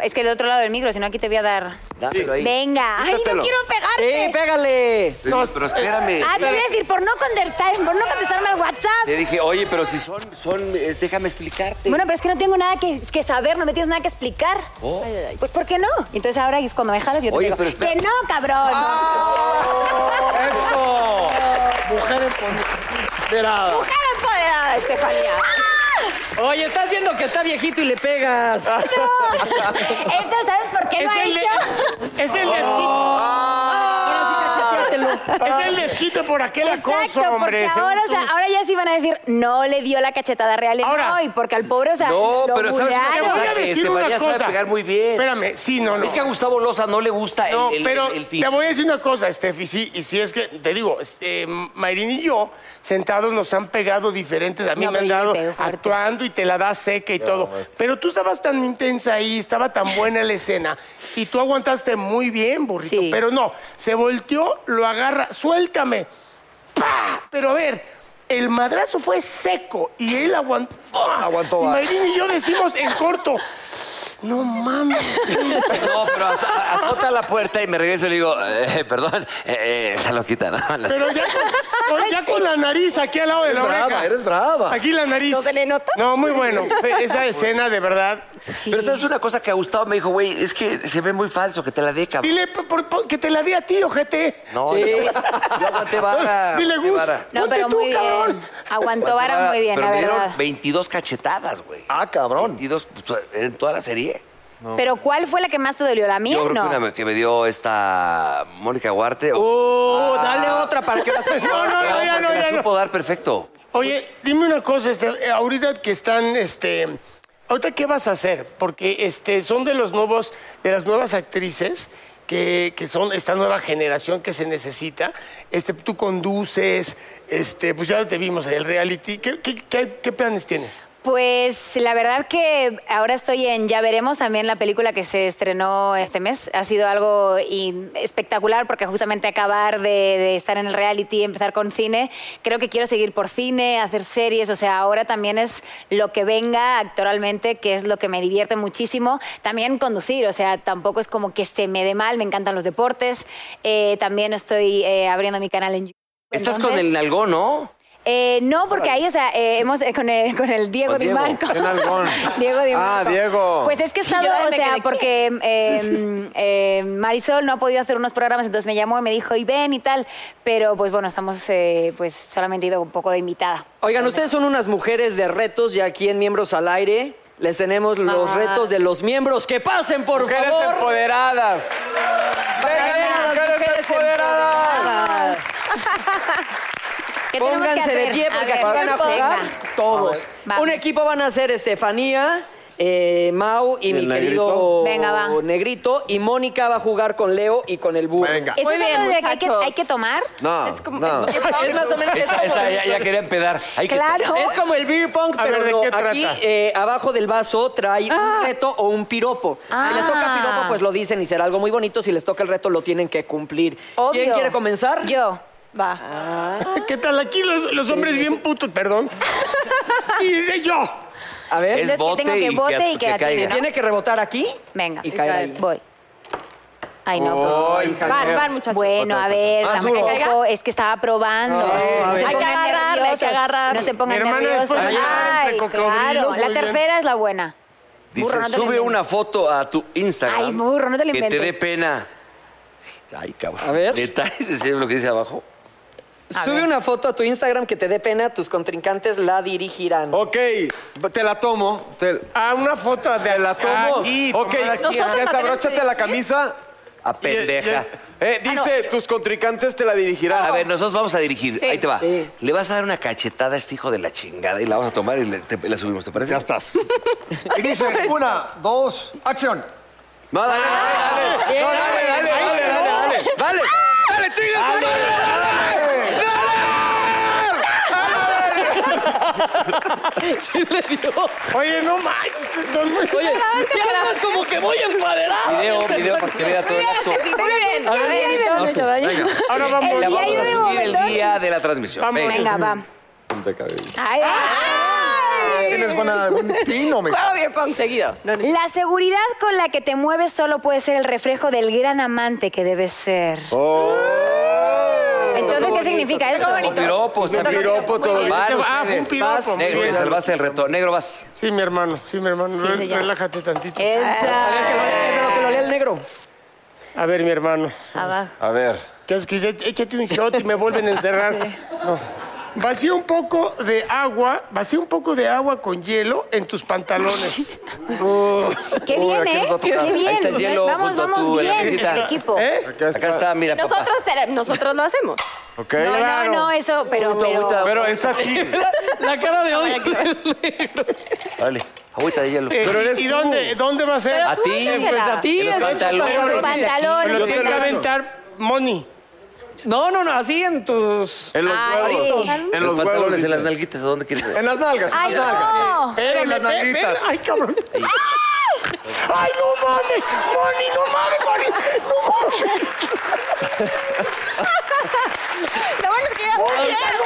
Es que del otro lado del micro, si no aquí te voy a dar.
Dáselo ahí.
Venga. Ay, no
Quítatelo.
quiero pegarte.
Sí, pégale.
No, pero espérame.
Ah, quiero decir, por no contestar, por no contestarme al WhatsApp.
Le dije, oye, pero si son, son, eh, déjame explicarte.
Bueno, pero es que no tengo nada que, que saber, no me tienes nada que explicar.
Oh.
Ay, ay, ay. Pues ¿por qué no? Entonces ahora es cuando me jalas yo te
Oye,
digo,
pero espera. Ah.
que no, cabrón.
¡Eso!
Mujer empoderada.
¡Mujer empoderada, Estefanía!
Oye, estás viendo que está viejito y le pegas.
Esto, ¿sabes por qué no
Es
ha
el,
hecho?
de- es el desquite.
Ah.
Es el desquite por aquel
Exacto,
acoso, hombre.
porque
según
ahora, o sea,
tú.
ahora ya sí van a decir, no le dio la cachetada real.
Ahora.
no, y porque al pobre, o sea,
No,
lo
pero ¿sabes una
Te
bulearon.
voy a
Exacto,
decir
Estefanía
una
sabe
cosa.
pegar muy bien.
Espérame, sí, no, no.
Es que a Gustavo Loza no le gusta el-
No,
el, el,
pero
el fin.
te voy a decir una cosa, Steph, y sí, y sí es que, te digo, este, Mayrin y yo, sentados, nos han pegado diferentes, a mí
No,
me han
pero yo
dado
le pego fuerte.
actuando y te la das seca y todo. Pero tú estabas tan intensa ahí, estaba tan buena la escena, y tú aguantaste muy bien, burrito.
Sí.
Pero no, se volteó, lo agarra, suéltame. ¡Pah! Pero a ver... El madrazo fue seco y él aguantó.
Aguantó, ah.
Mayrin y yo decimos en corto, no mames.
No, pero az- azota la puerta y me regreso y le digo, eh, perdón, eh, eh, está loquita, ¿no?
Pero ya, con- con, ya con la nariz aquí al lado de la
brava,
oreja.
eres brava.
Aquí la nariz.
¿No se le nota?
No, muy bueno. Fe- Esa escena, de verdad.
Pero ¿sabes una cosa que a Gustavo me dijo, güey? Es que se ve muy falso que te la dé, cabrón.
Dile p- por- por- que te la di a ti, ojete.
No, yo, yo aguanté vara.
Dile,
aguanté
Gus.
vara.
No,
Ponte
pero
tú,
muy
cabrón.
bien. Aguantó vara muy bien,
pero
la
me dieron
verdad.
22 cachetadas, güey.
Ah, cabrón.
22 pues, en toda la serie.
Pero ¿cuál fue la que más te dolió? ¿La mía
Yo
o
creo
no?
que una me- que me dio esta Mónica Huarte. Ah,
Uh, dale otra para que la
No, no, no, ya no,
me
ya
la
no.
supo dar perfecto.
Oye, dime una cosa, este, eh, ahorita que están, este, ahorita qué vas a hacer, porque este, son de los nuevos, de las nuevas actrices que, que son esta nueva generación que se necesita. Este, tú conduces, este, pues ya te vimos en el reality. ¿Qué, qué- qué- qué planes tienes?
Pues la verdad que ahora estoy en Ya Veremos, también la película que se estrenó este mes. Ha sido algo in- espectacular porque justamente acabar de, de estar en el reality, empezar con cine, creo que quiero seguir por cine, hacer series, o sea, ahora también es lo que venga actoralmente, que es lo que me divierte muchísimo. También conducir, o sea, tampoco es como que se me dé mal, me encantan los deportes. Eh, también estoy eh, abriendo mi canal en YouTube.
Estás con
Entonces-
el nalgón, ¿no?
eh, no, porque ahí, o sea, eh, hemos eh, con el, con el Diego
Con
Di
Diego.
Marco.
¿Qué nalgón?
Diego Di
Ah,
Marco.
Diego.
Pues es que he estado,
yo
o
me
sea,
quedé,
porque eh, eh, Marisol no ha podido hacer unos programas, entonces me llamó y me dijo, y ven y tal. Pero pues bueno, estamos, eh, pues solamente he ido un poco de invitada.
Oigan, ustedes son unas mujeres de retos y aquí en Miembros al Aire les tenemos los retos de los miembros. ¡Que pasen, por
Mujeres
favor!
empoderadas.
Vengan las mujeres empoderadas.
¿Qué tenemos que
Pónganse
hacer?
de pie
A
porque
ver,
aquí van
venga.
a jugar todos.
vamos.
Un equipo van a ser Estefanía, eh, Mau y, mi
el
negrito?
querido negrito?
Venga, va.
y Mónica va a jugar con Leo y con el burro.
Venga.
¿Eso
Muy
es
bien,
algo de que hay que
muchachos.
hay que tomar?
No,
Es como-
no.
Es más o menos es
Esa,
como-
esa ya, ya quería empedar. Hay que-
Claro.
Es como el beer pong,
A
pero
ver, ¿de
no.
qué
Aquí
trata?
eh, abajo del vaso trae un reto o un piropo. Si les toca
Ah.
piropo, pues lo dicen y será algo muy bonito. Si les toca el reto, lo tienen que cumplir. ¿Quién
Obvio.
quiere comenzar?
Yo.
Va.
Ah. ¿Qué tal? Aquí los, los hombres bien putos, perdón. Y dice yo.
A ver.
Es
Entonces, que
bote
tengo
y
que
que
bote
at-
y Pues que,
que
atine,
caiga.
¿no?
Tiene que rebotar aquí.
Venga,
Y caer ahí.
voy. Ay, no, pues.
Ay,
Van, van, muchachos.
Bueno, a ver,
Más
tampoco
duro.
es que estaba probando. No se
Hay que
pongan
agarrarle, hay que
nerviosos,
agarrar.
No se pongan
Mi hermana
nerviosos.
después de estar
Ay,
entre
claro.
cocodrilos,
La
muy bien.
tercera es la buena.
Dice,
Burro, no te lo
sube
inventes.
una foto a tu Instagram.
Ay, burro, no te lo
Que te
inventes.
dé pena. Ay, cabrón.
A ver.
¿Detalles de serio lo que dice abajo?
A
Sube
ver.
una foto a tu Instagram que te dé pena, tus contrincantes la dirigirán.
Ok, te la tomo. Te,
Ah, una foto de
te la
Ah,
tomo.
Aquí,
ok,
tomada aquí.
Nosotros la
desabróchate
tenemos
la camisa.
A pendeja.
Ah,
Eh, dice, tus contrincantes te la dirigirán.
A ver, nosotros vamos a dirigir. Ahí te va.
Sí.
Le vas a dar una cachetada a este hijo de la chingada y la vamos a tomar y le- te- la subimos, ¿te parece?
Ya estás. Y dice, una, dos, acción.
No, dale, dale, dale. No, dale, dale, dale, dale, dale. Dale,
¡Ah!
dale, chingas.
Sí le dio.
Oye, no manches, están muy...
Oye, si hablas como que voy empaderado.
Video,
Este
video
es-
para que se vea todo el acto.
bien.
A ver, Erika,
Vas tú, venga.
Ahora vamos.
La vamos a
un
subir el día de la transmisión.
Vamos. Venga, va. Ay,
Tienes buena, buen tino, mijo.
Juego bien conseguido. No, no.
La seguridad con la que te mueves solo puede ser el reflejo del gran amante que debes ser.
Oh.
Entonces, ¿qué significa esto?
O piropos
Un
también.
piropo todo. bien.
Van
Ah, fue un
ustedes.
piropo. muy
Negro, te
bien.
salvaste el reto. Negro, vas.
Sí, mi hermano, sí, mi hermano.
Sí, se llama.
Relájate tantito.
A ver, que lo
Esa.
lea el negro, que lo lea el negro.
A ver, mi hermano.
Abajo.
A ver.
¿Qué haces? Que dice, échate un shot y me vuelven a encerrar. No. Vacía un poco de agua, vacía un poco de agua con hielo en tus pantalones.
Qué bien,
aquí
¿eh?
nos va a tocar.
Qué
Ahí está el
bien.
hielo
Vamos,
junto a tu
vamos bien,
llavecita.
este equipo.
¿Eh?
Acá está, mira, papá.
Nosotros, te la- nosotros lo hacemos.
Ok.
No, no, no, eso, pero, pero...
Pero es así.
La cara de hoy.
Órale, agüita de hielo.
Eh,
Pero eres
¿Y
tú.
dónde, dónde va a ser?
A ti.
Pues a ti,
En los
eso es
pantalones.
Los
pantalón.
Me lo
pantalones.
tiene que aventar Moni.
No, no, no, así en tus.
En los
Ay.
huevos. En los huevos.
pantalones, en las
dice.
nalguitas, ¿a dónde quieres?
En las nalgas, en
Ay,
las nalgas.
no.
Pero
las nalguitas.
Ay, cabrón. Ay, no mames, Moni, no mames, Moni. No mames.
Lo bueno es que yo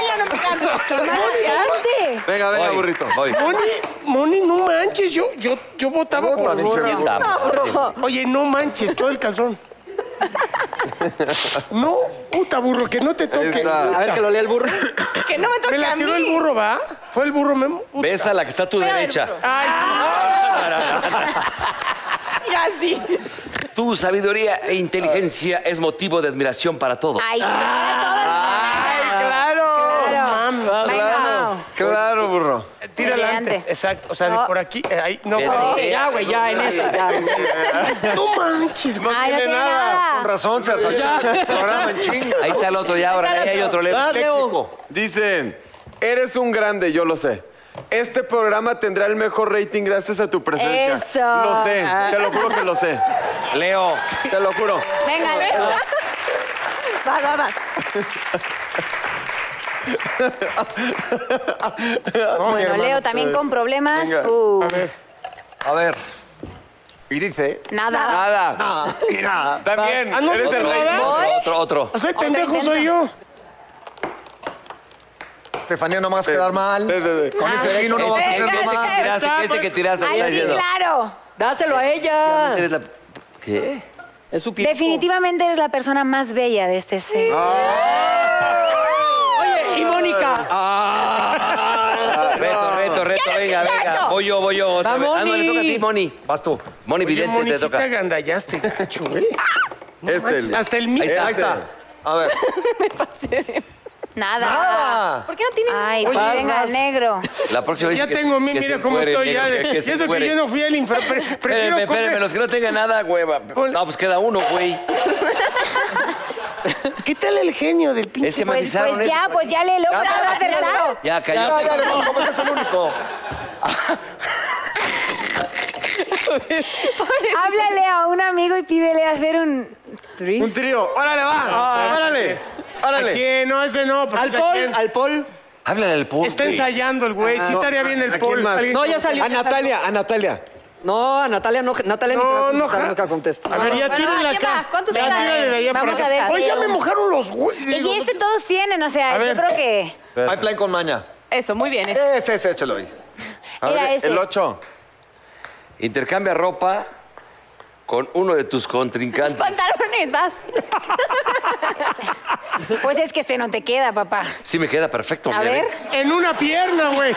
ya no me canto.
Maleante.
Venga, venga,
Voy,
burrito.
Voy.
Moni, Moni, no manches, yo, yo, yo votaba
Bota,
por
pinche
Moni.
burro.
Oye, no manches, todo el calzón. No, puta burro, que no te toque.
A ver, que lo lea el burro.
Que no me
Me
toque
la
a mí.
tiró el burro, ¿va? ¿Fue el burro Memo? Puta.
Ves a la que está a tu derecha.
Ay,
Ya sí.
Tu sabiduría e inteligencia es motivo de admiración para todos.
Ay, sí.
Ah,
Todo el- Venga, Mau.
Claro, burro.
sí. Tírala
Adelante.
antes. Exacto, o sea, de por aquí. eh, ahí, no,
Ven,
por
ven.
Ya, güey, ya, en esta. ya.
No manches, güey.
Ay, no tiene
Con
nada.
razón, se hace programa en chinga.
Ahí está el otro ya, ahora ahí hay otro leo.
Vas, Leo.
Dicen, eres un grande, yo lo sé. Este programa tendrá el mejor rating gracias a tu presencia.
Eso.
Lo sé, te lo juro que lo sé.
Leo.
Te lo juro.
Venga, Leo.
Va, va, va.
Bueno, Leo también con problemas.
eh, Venga,
Uh,
A ver. Y dice.
nada.
Nada.
Nada. Y nada.
También,
Ah, no, ¿Ah,
eres el
¿otro
rey.
va?
¿Voy?
Otro, otro.
O sea, el
Otra
pendejo
intenta.
soy yo.
Estefanía, no me hagas quedar mal.
Sí, sí, sí.
Con
Ah,
ese vino no vas a
Este,
hacer
que este que
nada.
pues,
tiraste, que este que tiraste,
Ay,
está
sí,
diciendo.
claro.
Dáselo a ella.
Eres la... ¿Qué?
Es su pie.
Definitivamente eres la persona más bella de este set.
Oye, y Mónica.
Ah.
Ah,
Reto, reto, reto, venga, venga. Voy yo, voy yo. Otra
Va,
vez. Ah, no, le
Moni.
toca a ti, Moni.
Vas tú.
Moni
Oye,
Vidente,
Moni,
te
sí te
toca.
agandallaste, gacho, güey. No
Este,
manches,
el-
Hasta el Este. mío.
Ahí está.
Ahí está. A ver.
Nada.
Nada.
¿Por qué no tiene
Ay,
Oye,
pues venga,
vas.
negro.
La próxima vez
Ya
que-
tengo mi,
que
mira
se
cómo
encuere,
estoy
negro,
ya. de-
que
y
se
eso que
encuere.
yo no fui al infra. pre- prefiero
Espérenme,
comer-
espérenme, los que no tengan nada, güey. va-
Ponle-
No, pues queda uno, güey.
¿Qué tal el genio del pinche?
Es que me
Pues,
avisaron.
pues
¿eh?
ya, pues ya le logra acertar.
Ya,
Ya,
cayó.
ya, no, ¿cómo es el único?
Háblale a un amigo y pídele hacer un.
Un trío. Órale, va. Órale.
Ah, ¿A
Órale.
quién? No, ese no. porque
Al
¿a
Paul,
quién?
al Paul.
Háblale al público.
Está ensayando el güey.
Ah,
Sí
Ah, No,
estaría bien
¿a
el
quién
Paul.
más?
Alguien-
No, ya salió.
A Natalia, a Natalia.
No, a Natalia no, Natalia ni te va
No,
a
no,
contestar,
ja.
nunca contesta.
A ver, ya
Bueno,
tírale
¿quién
acá.
va? ¿Cuántos
Ya
quedan?
tírale de allá para
Vamos
acá.
a ver
Oye,
si-
ya me mojaron los güeyes.
Y
digo,
este todos tienen, o sea,
A
yo
ver.
creo que.
Hay plan con maña.
Eso, muy bien. eso.
Ese, ese, échalo ahí.
A
Era
ver,
ese.
El 8.
Intercambia ropa con uno de tus contrincantes.
Pantalones, vas.
Pues es que este no te queda, papá.
Sí, me queda perfecto.
A
mira,
ver.
ve.
En una pierna, güey.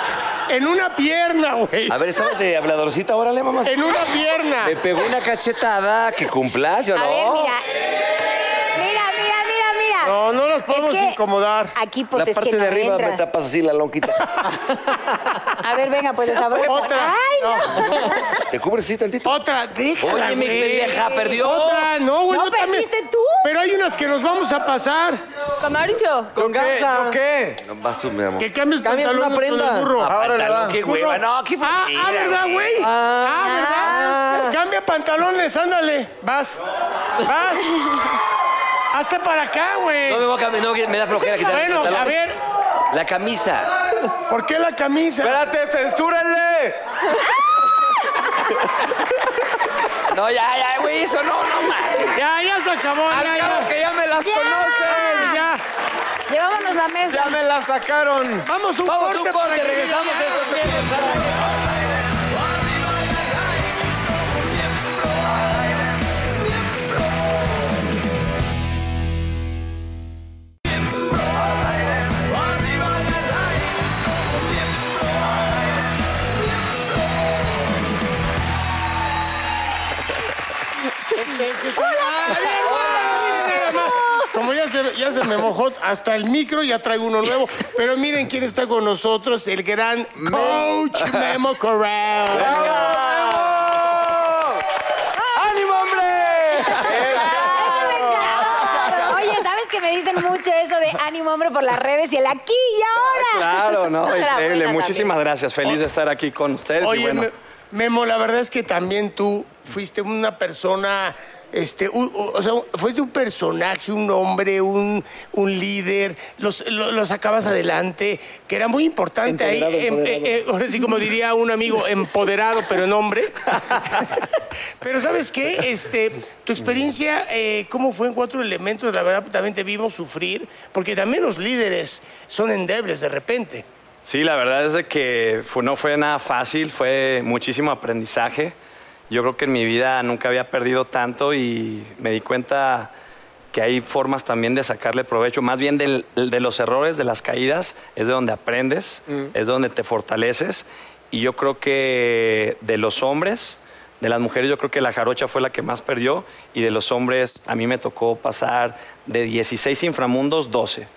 En una pierna, güey.
A ver, ¿estabas de habladorcita? Órale, mamá.
En una pierna.
Me pegó una cachetada que cumplas, ¿o no?
A ver, mira. Mira, mira, mira, mira.
No, no los podemos
que
incomodar.
Aquí, pues
la
es que
parte
no
de arriba me
entras.
tapas así la lonquita.
A ver, venga, pues desabrocha.
Otra.
Ay, no.
¿Te cubres así tantito?
Otra, déjala.
Oye, mi
güey.
pendeja, perdió.
Otra, no, güey.
¿No
yo también-
perdiste tú?
Pero hay unas que nos vamos a pasar.
Con Mauricio.
Con Garza.
¿Yo qué?
No, vas tú, mi amor.
Que cambies
Cambias una
pantalones con
prenda.
el burro.
Ah,
Ahora le
pantalón,
va.
qué
Burro.
hueva. No, qué
Ah, ah,
flojera,
¿verdad, güey? Ah,
Ah.
¿verdad? Cambia pantalones, ándale. Vas. Vas. Hazte para acá, güey.
No me voy a cambiar, no, que me da flojera quitar el
Bueno,
pantalón.
a ver.
La camisa.
¿Por qué la camisa?
Espérate, censúrenle. No, ya, ya, güey, eso no, no, man.
Ya, ya se acabó.
Al
ya,
cabo
ya.
que ya me las conocen,
Ya.
Llevámonos la mesa.
Ya me la sacaron. Vamos a un
Vamos a
corte.
un
para
corte,
que
regresamos
ya-
estos viernes a la-
Este, Ah, bien, bueno, miren nada más. Como ya se, ya se me mojó hasta el micro, ya traigo uno nuevo. Pero miren quién está con nosotros, el gran Coach Memo Corral.
¡Ánimo, hombre!
Oye, ¿sabes que me dicen mucho eso de ánimo hombre por las redes y el aquí y ahora?
Ah, Claro, no,
Esa era
increíble.
buena
Muchísimas
también.
gracias. Feliz de estar aquí con ustedes. y
Oye,
bueno,
Me- Memo, la verdad es que también tú fuiste una persona, este, u- u- o sea, fuiste un personaje, un hombre, un, un líder, los, lo- lo sacabas adelante, que era muy importante ahí.
Empoderado,
em-
empoderado.
eh, eh, ahora sí, como diría un amigo, empoderado, pero en hombre. pero ¿sabes qué? Este, tu experiencia, eh, ¿cómo fue en Cuatro Elementos? La verdad, también te vimos sufrir, porque también los líderes son endebles de repente.
sí, la verdad es de que fue- no fue nada fácil, fue muchísimo aprendizaje. Yo creo que en mi vida nunca había perdido tanto y me di cuenta que hay formas también de sacarle provecho, más bien del- de los errores, de las caídas, es de donde aprendes, es donde te fortaleces. Y yo creo que de los hombres, de las mujeres, yo creo que la jarocha fue la que más perdió. Y de los hombres, a mí me tocó pasar de 16 inframundos, 12.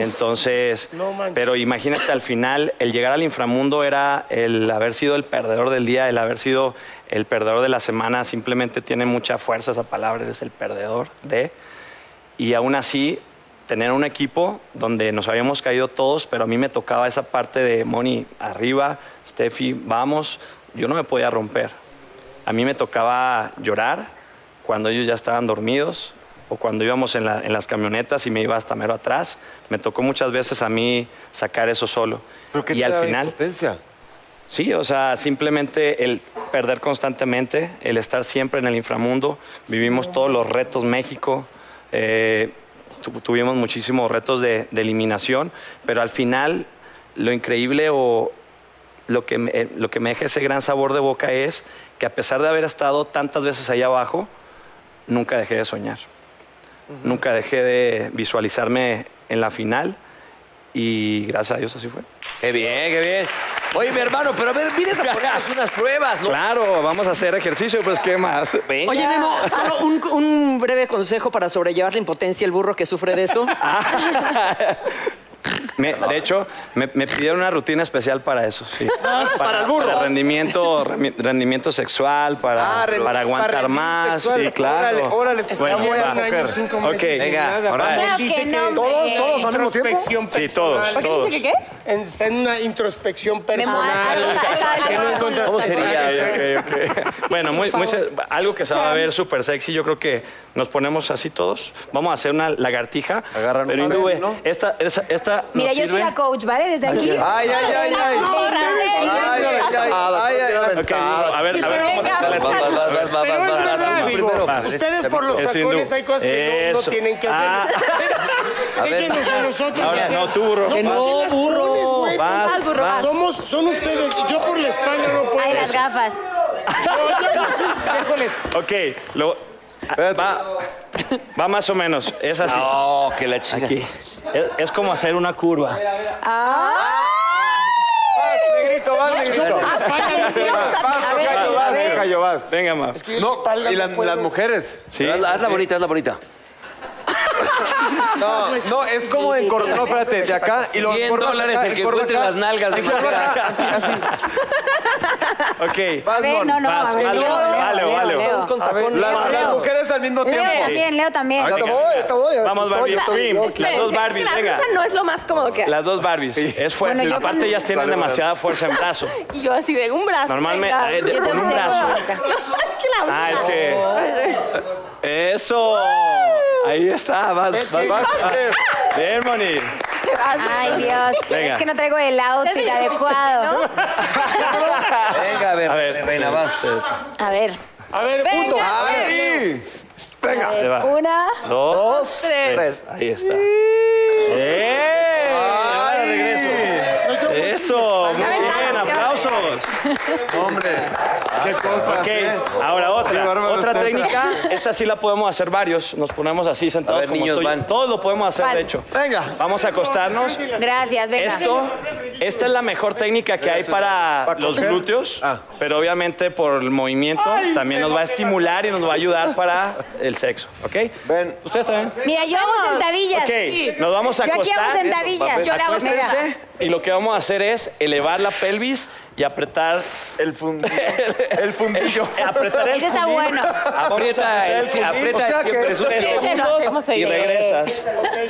Entonces,
No manches.
pero imagínate al final, el llegar al inframundo era el haber sido el perdedor del día, el haber sido el perdedor de la semana, simplemente tiene mucha fuerza esa palabra, eres el perdedor de y aún así tener un equipo donde nos habíamos caído todos, pero a mí me tocaba esa parte de Moni, arriba, Steffi, vamos, yo no me podía romper. A mí me tocaba llorar cuando ellos ya estaban dormidos o cuando íbamos en, la- en las camionetas y me iba hasta mero atrás. Me tocó muchas veces a mí sacar eso solo.
¿Pero qué
y
te
al
daba
final...
impotencia?
Sí, o sea, simplemente el perder constantemente, el estar siempre en el inframundo. Vivimos todos los retos México. eh, tu- tuvimos muchísimos retos de, de eliminación, pero al final lo increíble o lo que, me, eh, lo que me deja ese gran sabor de boca es que a pesar de haber estado tantas veces allá abajo, nunca dejé de soñar. Nunca dejé de visualizarme en la final y gracias a Dios así fue.
Qué bien, qué bien. Oye, mi hermano, pero a ver, vienes a ponernos unas pruebas, ¿no?
Claro, vamos a hacer ejercicio, pues qué más.
Oye, Memo, solo un, un breve consejo para sobrellevar la impotencia el burro que sufre de eso.
Me- de hecho, me, me pidieron una rutina especial para eso. sí.
para el burro.
rendimiento, remi- rendimiento sexual, para,
Ah, rendi-
para aguantar
para rendir
más.
sexual.
Sí, claro.
Órale, órale,
Está
Bueno,
muerto
va.
un año, cinco meses.
Ok.
sin
Venga,
nada.
órale.
Él
Claro
dice
que
que
no,
todos,
hombre.
todos al mismo tiempo. Introspección
Sí,
personal.
todos, todos.
¿Dice que qué?
En- Está en una introspección personal.
Ah,
que no
ah,
encuentras
¿Cómo
sería?
Ok, ok, ok. Bueno, muy- muy se- algo que se va a ver súper sexy. Yo creo que nos ponemos así todos. Vamos a hacer una lagartija.
Agarran
pero
un
hindú,
papel,
güey,
¿no?
Esta, esa- esta nos
Mira, yo soy
sirve.
la coach, ¿vale? Desde aquí.
Ay, ay, ay, ay. Ay, ay, ay, ay, ay, ay.
Ok,
Ah,
a ver,
Sí,
a ver,
pero-
vamos a hacer la
Va, va, va, va,
Pero
va, va,
es
va, va,
verdad,
va,
digo,
primero, va. Este,
ustedes por los
Este, Es
tacones
hindú.
hay cosas que no- no,
Eso.
tienen que hacer.
Ah.
A ver,
Déjenos a
vas.
nosotros
Ahora,
hacer.
no, tú, burro.
No,
Que
¿por qué
no,
las
burro.
pones, güey?
Vas,
Vas, burro,
vas.
vas. Somos, son ustedes. Yo por la espalda no puedo.
Ay, las gafas.
No, yo no soy- Déjoles.
Ok, lo, va, va más o menos. Es así.
No, que la chica.
Aquí. Es, es como hacer una curva.
Vas, negrito, vas, negrito. Vas,
A ver,
tocayo,
a
vas,
ver.
tocayo, vas.
Venga, ma.
que yo la
No,
espalda
y
no
las-
puedo.
las mujeres.
Sí,
hazla, hazla
sí.
bonita, hazla bonita.
No, no,
Pues
es como en corto. No, espérate, de
Ah,
acá y lo
100 dólares el que encuentre las nalgas. de manera-
Ok.
A
Vas,
ver,
Mon.
no, no,
vas,
a ver.
vale,
Leo, Leo,
vale,
Leo,
vale.
Leo.
Con
A ver,
tacón
las,
largo.
las mujeres al mismo
Leo
tiempo.
también, Leo también.
Ya te voy, ya te voy.
Vamos, Barbie,
Estoy-
tú bien. Las dos Barbies,
La
venga.
Susan no es lo más cómodo que hay.
Las dos Barbies. Es fuerte.
Bueno, yo
Aparte,
con-
ellas tienen
Vale, vale.
demasiada fuerza en brazo.
Y yo así de un brazo.
Normalmente,
venga.
eh, de-
Yo te
con un
observo
brazo.
ahorita.
Ah, es que. Eso. Ahí está. Vas, vas, vas. Bien, Moni.
Sí, te vas.
Ay, Dios.
Venga.
Es que no traigo el outfit adecuado.
Venga, a ver, reina, vas.
A ver.
A ver,
punto.
Venga.
Ahí va. Una,
dos,
dos,
tres.
tres.
Ahí está. ¡Eh! Ahora regreso. Eso, muy bien, aplausos.
Hombre, qué cosas.
Ok,
¿eh?
ahora
Qué
otra.
bárbaro
Otra
está.
técnica, esta sí la podemos hacer varios. Nos ponemos así sentados como estoy. Todos lo podemos hacer, de hecho. Venga. Vamos a acostarnos.
Gracias, venga.
Esto, esta es la mejor técnica que hay para los
coger?
glúteos,
Ah.
pero obviamente por el movimiento también nos va a estimular y nos va a ayudar para el sexo, ¿ok? Ven. ¿Ustedes también?
Mira, yo hago sentadillas.
Ok, nos vamos a
Yo
acostar.
aquí hago sentadillas. Yo le hago
Acuéstense, y lo que vamos a hacer es elevar la pelvis y apretar
el fundillo. el fundillo.
apretar el
Ese está
fundillo.
bueno.
Aprieta el, aprieta
O sea
siempre
que-
es un tres
Ese no
segundos
hacemos ahí.
y regresas.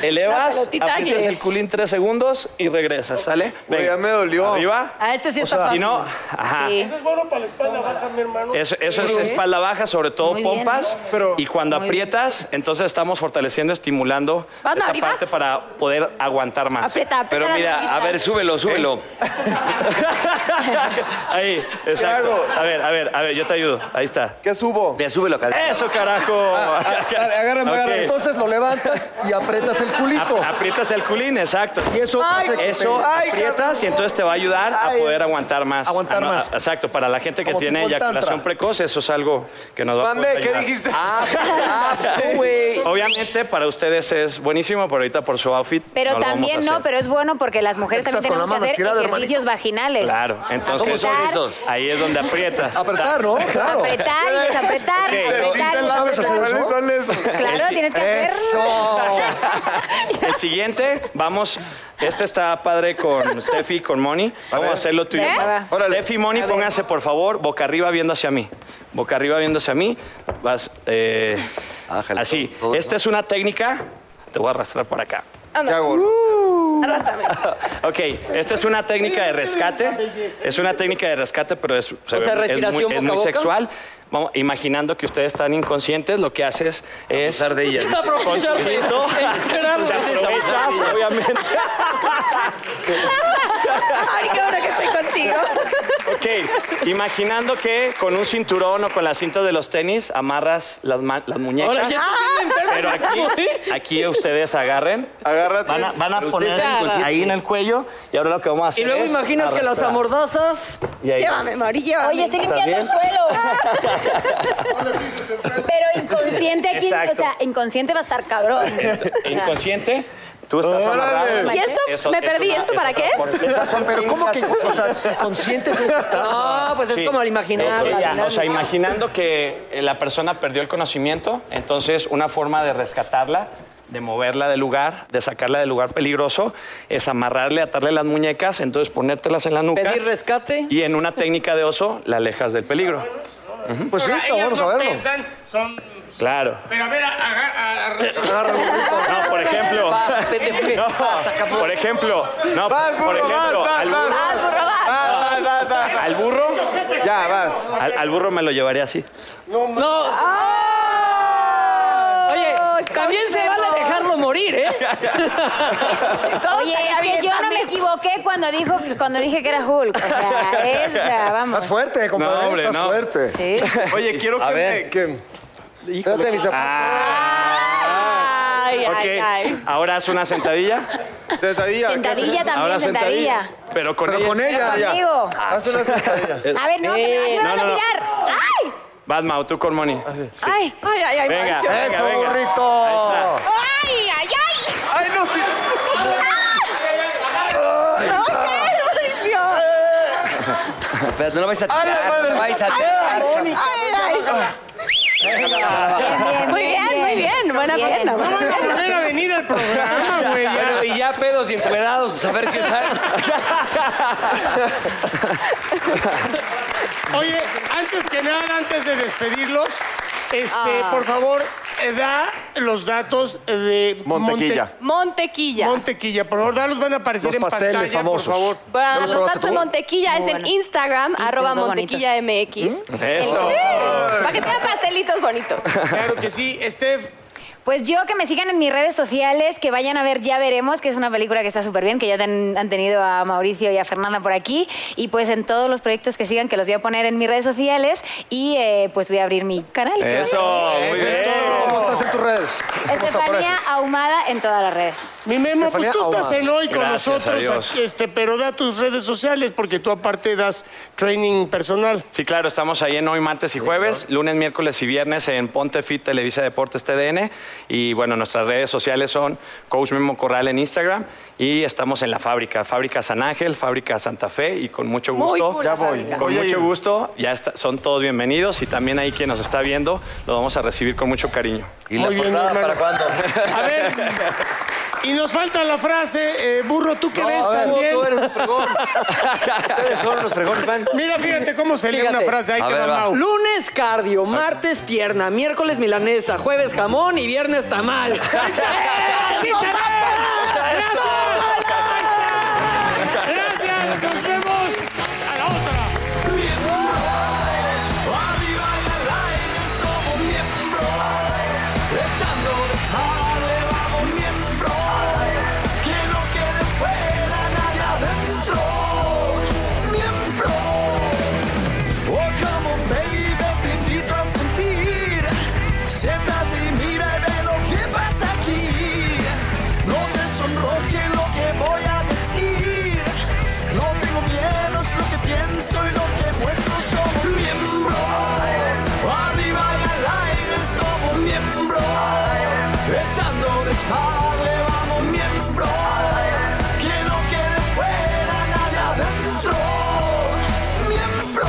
Elevas,
La pelotita
aprietas
que-
el culín tres segundos y regresas, ¿sale? Venga. ya me dolió. Arriba.
Ah, este sí
O
está
sea,
fácil.
Si no, ajá.
Eso es bueno para la espalda baja, mi hermano.
Ah. Eso, eso es
Sí.
espalda baja, sobre todo
Muy bien.
pompas. y cuando
Muy
aprietas, entonces estamos fortaleciendo, estimulando
Vamos,
esa
arriba.
parte para poder aguantar más.
Aprieta, aprieta
Pero
la
mira,
nalguita.
a ver, súbelo, súbelo. ¿Eh? Ahí, exacto. A ver, a ver, a ver, yo te ayudo. Ahí está.
¿Qué subo?
Ya súbelo, carajo. Eso, carajo.
Dale, agárrame,
Ok.
agárrame. Entonces lo levantas y aprietas el culito.
Ap- aprietas el culín, exacto.
Y eso Ay, hace que
eso
te- ay,
aprietas y entonces te va a ayudar a poder aguantar más.
Aguantar
Ah, no,
más.
a- Exacto, para la gente que
Como
tiene
tipo el
eyaculación
tantra.
precoz, eso es algo que nos va a Ah, pues, poder
Mande, ¿qué
ayudar.
dijiste? Ah,
Obviamente para ustedes es buenísimo, pero ahorita por su outfit
Pero
no lo vamos a
también no,
hacer.
pero es bueno porque las mujeres
Estás
también tenemos que
con la
hacer
mano estirada,
ejercicios vaginales.
Claro, entonces ahí es donde aprietas.
Apretar, ¿no? Claro.
Apretar y desapretar,
Ok.
apretar y
¿Sabes hacer
desapretar.
eso?
Claro,
Sí.
tienes que hacer.
El siguiente, vamos. Este está padre con Steffi, con Moni. Vamos a hacerlo tú y yo.
¿Eh?
Steffi, Moni, pónganse por favor boca arriba viendo hacia mí. Boca arriba viendo hacia mí. Vas. eh, así. Esta es una técnica. Te voy a arrastrar por acá.
Anda. Arrásame.
Ok, esta es una técnica de rescate. Es una técnica de rescate, pero es, se ve-
sea,
es muy-
respiración
es muy,
boca a boca.
sexual. Vamos, imaginando que ustedes están inconscientes, lo que haces es... Abusar de ellas.
Aprovecharse. Esperarlo.
aprovechas, obviamente.
Ay, qué bueno que estoy contigo.
Ok, imaginando que con un cinturón o con la cinta de los tenis amarras las, ma- las muñecas.
Ahora ya estoy bien enfermo.
Pero aquí, aquí ustedes agarren. Van a, van a
Pero
poner
ustedes inconscientes.
ahí en el cuello y ahora lo que vamos a hacer
Y luego
es
imaginas que las
arrastrar.
amordazas.
Y ahí va.
Llévame, Mari, llévame.
Oye, estoy
¿Estás
limpiando el suelo. Pero inconsciente aquí,
Exacto.
o sea, inconsciente va a estar cabrón.
E Inconsciente. Tú estás
Órale.
amarrado.
¿Y esto? Me perdí, ¿esto para qué es?
Esas son
Pero ¿cómo que
técnicas-
o sea, consciente que estás?
No, pues es
Sí.
como al imaginar.
Eh,
la
ya, o
dinámica.
sea, imaginando que eh, la persona perdió el conocimiento, entonces una forma de rescatarla, de moverla del lugar, de sacarla del lugar peligroso, es amarrarle, atarle las muñecas, entonces ponértelas en la nuca.
Pedir rescate.
Y en una técnica de oso, la alejas del peligro.
Pues sí,
Ahora, ellas
vamos a
no
verlo.
pesan, son...
Claro.
Pero a ver, agarra...
No, por ejemplo.
Vas, pendejo, ¿qué
No,
pasa, cabrón?
por ejemplo. No,
Vas,
por
burro,
ejemplo.
vas,
al
vas,
burro-
vas, burro, vas.
Al-
Vas, vas, vas, vas.
Al burro.
Eso es extremo.
Ya, vas. Al, al burro me lo llevaré así.
No,
no. Oye, también se vale dejarlo morir, ¿eh?
Oye, es que yo no me equivoqué cuando dijo, cuando dije que era Hulk. O sea, es, o sea, vamos.
Más fuerte, compadre.
No, hombre,
más
no.
fuerte.
Sí.
Oye, quiero que me... Que... Espérate, mis zapatos.
Ah,
Ay,
Ok,
ay, ay.
ahora haz una sentadilla.
Sentadilla.
Sentadilla también,
Ahora
sentadilla.
Pero con
Pero
ella. Ah,
con ella, ya.
Conmigo.
Haz una sentadilla.
A ver, no, que me- ay,
Eh, No,
me vas
no,
a
no.
tirar. ¡Ay!
Vas, Mau, tú con Moni.
Ah,
¡Ay!
Ay, ay, ay,
Venga,
Mauricio.
venga,
Eso,
venga.
burrito.
Ay, ay, ay.
Ay, no, sí.
Ah,
Ay, Mauricio.
Espérate, no lo vais a tirar. no lo vais a tirar.
Ay, ay. Muy bien, muy bien. Buena
Bien.
pierna.
No
buena
van a
pierna.
volver a venir al programa, güey. ya.
Bueno, y ya pedos y encuerados, pues a ver qué sale.
Oye, antes que nada, antes de despedirlos, este,
Ah.
por favor, eh, da los datos de
Montequilla.
Montequilla.
Monte- Montequilla, por favor, dalos van a aparecer
Los
en
pasteles
pantalla,
famosos.
por favor.
Bueno,
¿Ya
los
los probaste
datos
tú?
de Montequilla es
Muy
en
bueno.
Instagram,
Sí,
arroba
son muy
Montequilla MX.
Eso.
¿Mm? Para que tengan pastelitos bonitos.
Este, Claro que sí, Steph.
Pues yo que me sigan en mis redes sociales, que vayan a ver Ya Veremos, que es una película que está súper bien, que ya ten- han tenido a Mauricio y a Fernanda por aquí. Y pues en todos los proyectos que sigan, que los voy a poner en mis redes sociales. Y eh, pues voy a abrir mi canal. y que va a
Eso, muy
Eso es
bien.
todo. ¿Cómo estás en tus redes?
ser Estefanía Ahumada en todas las redes.
Mi Memo, pues
Estefanía
tú estás
Ahumada.
en hoy con
Gracias,
nosotros,
adiós.
aquí, este, pero da tus redes sociales porque tú aparte das training personal.
Sí, claro, estamos ahí en hoy, martes y jueves, lunes, miércoles y viernes en Ponte Fit Televisa Deportes TDN. Y bueno, nuestras redes sociales son Coach Memo Corral en Instagram y estamos en la fábrica, Fábrica San Ángel, Fábrica Santa Fe y con mucho
Muy
gusto.
cool la Ya voy. fábrica.
Con
Voy a
mucho
ir.
gusto, ya está- son todos bienvenidos y también ahí quien nos está viendo, lo vamos a recibir con mucho cariño.
¿Y la portada para cuándo?
A ver, y nos falta la frase, eh, burro, ¿tú qué
No,
ves
tú,
también?
tú eres un fregón. Ustedes son los fregones, van.
Mira, fíjate cómo se lee una
Fíjate.
frase, ahí te va Mau.
Lunes cardio, martes pierna, miércoles milanesa, jueves jamón y viernes tamal.
eh, ¡Así se va! ¡Gracias! ¡Gracias! ¡Nos vemos a la otra!
Oh, come on, baby, yo te invito a sentir. Siéntate y mira y ve lo que pasa aquí. No te sonroje lo que voy a decir. No tengo miedo, es lo que pienso y lo que muestro. Somos miembros. Arriba y al aire somos miembros. Echando desmadre vamos miembros. Que no quede fuera nadie adentro. Miembros.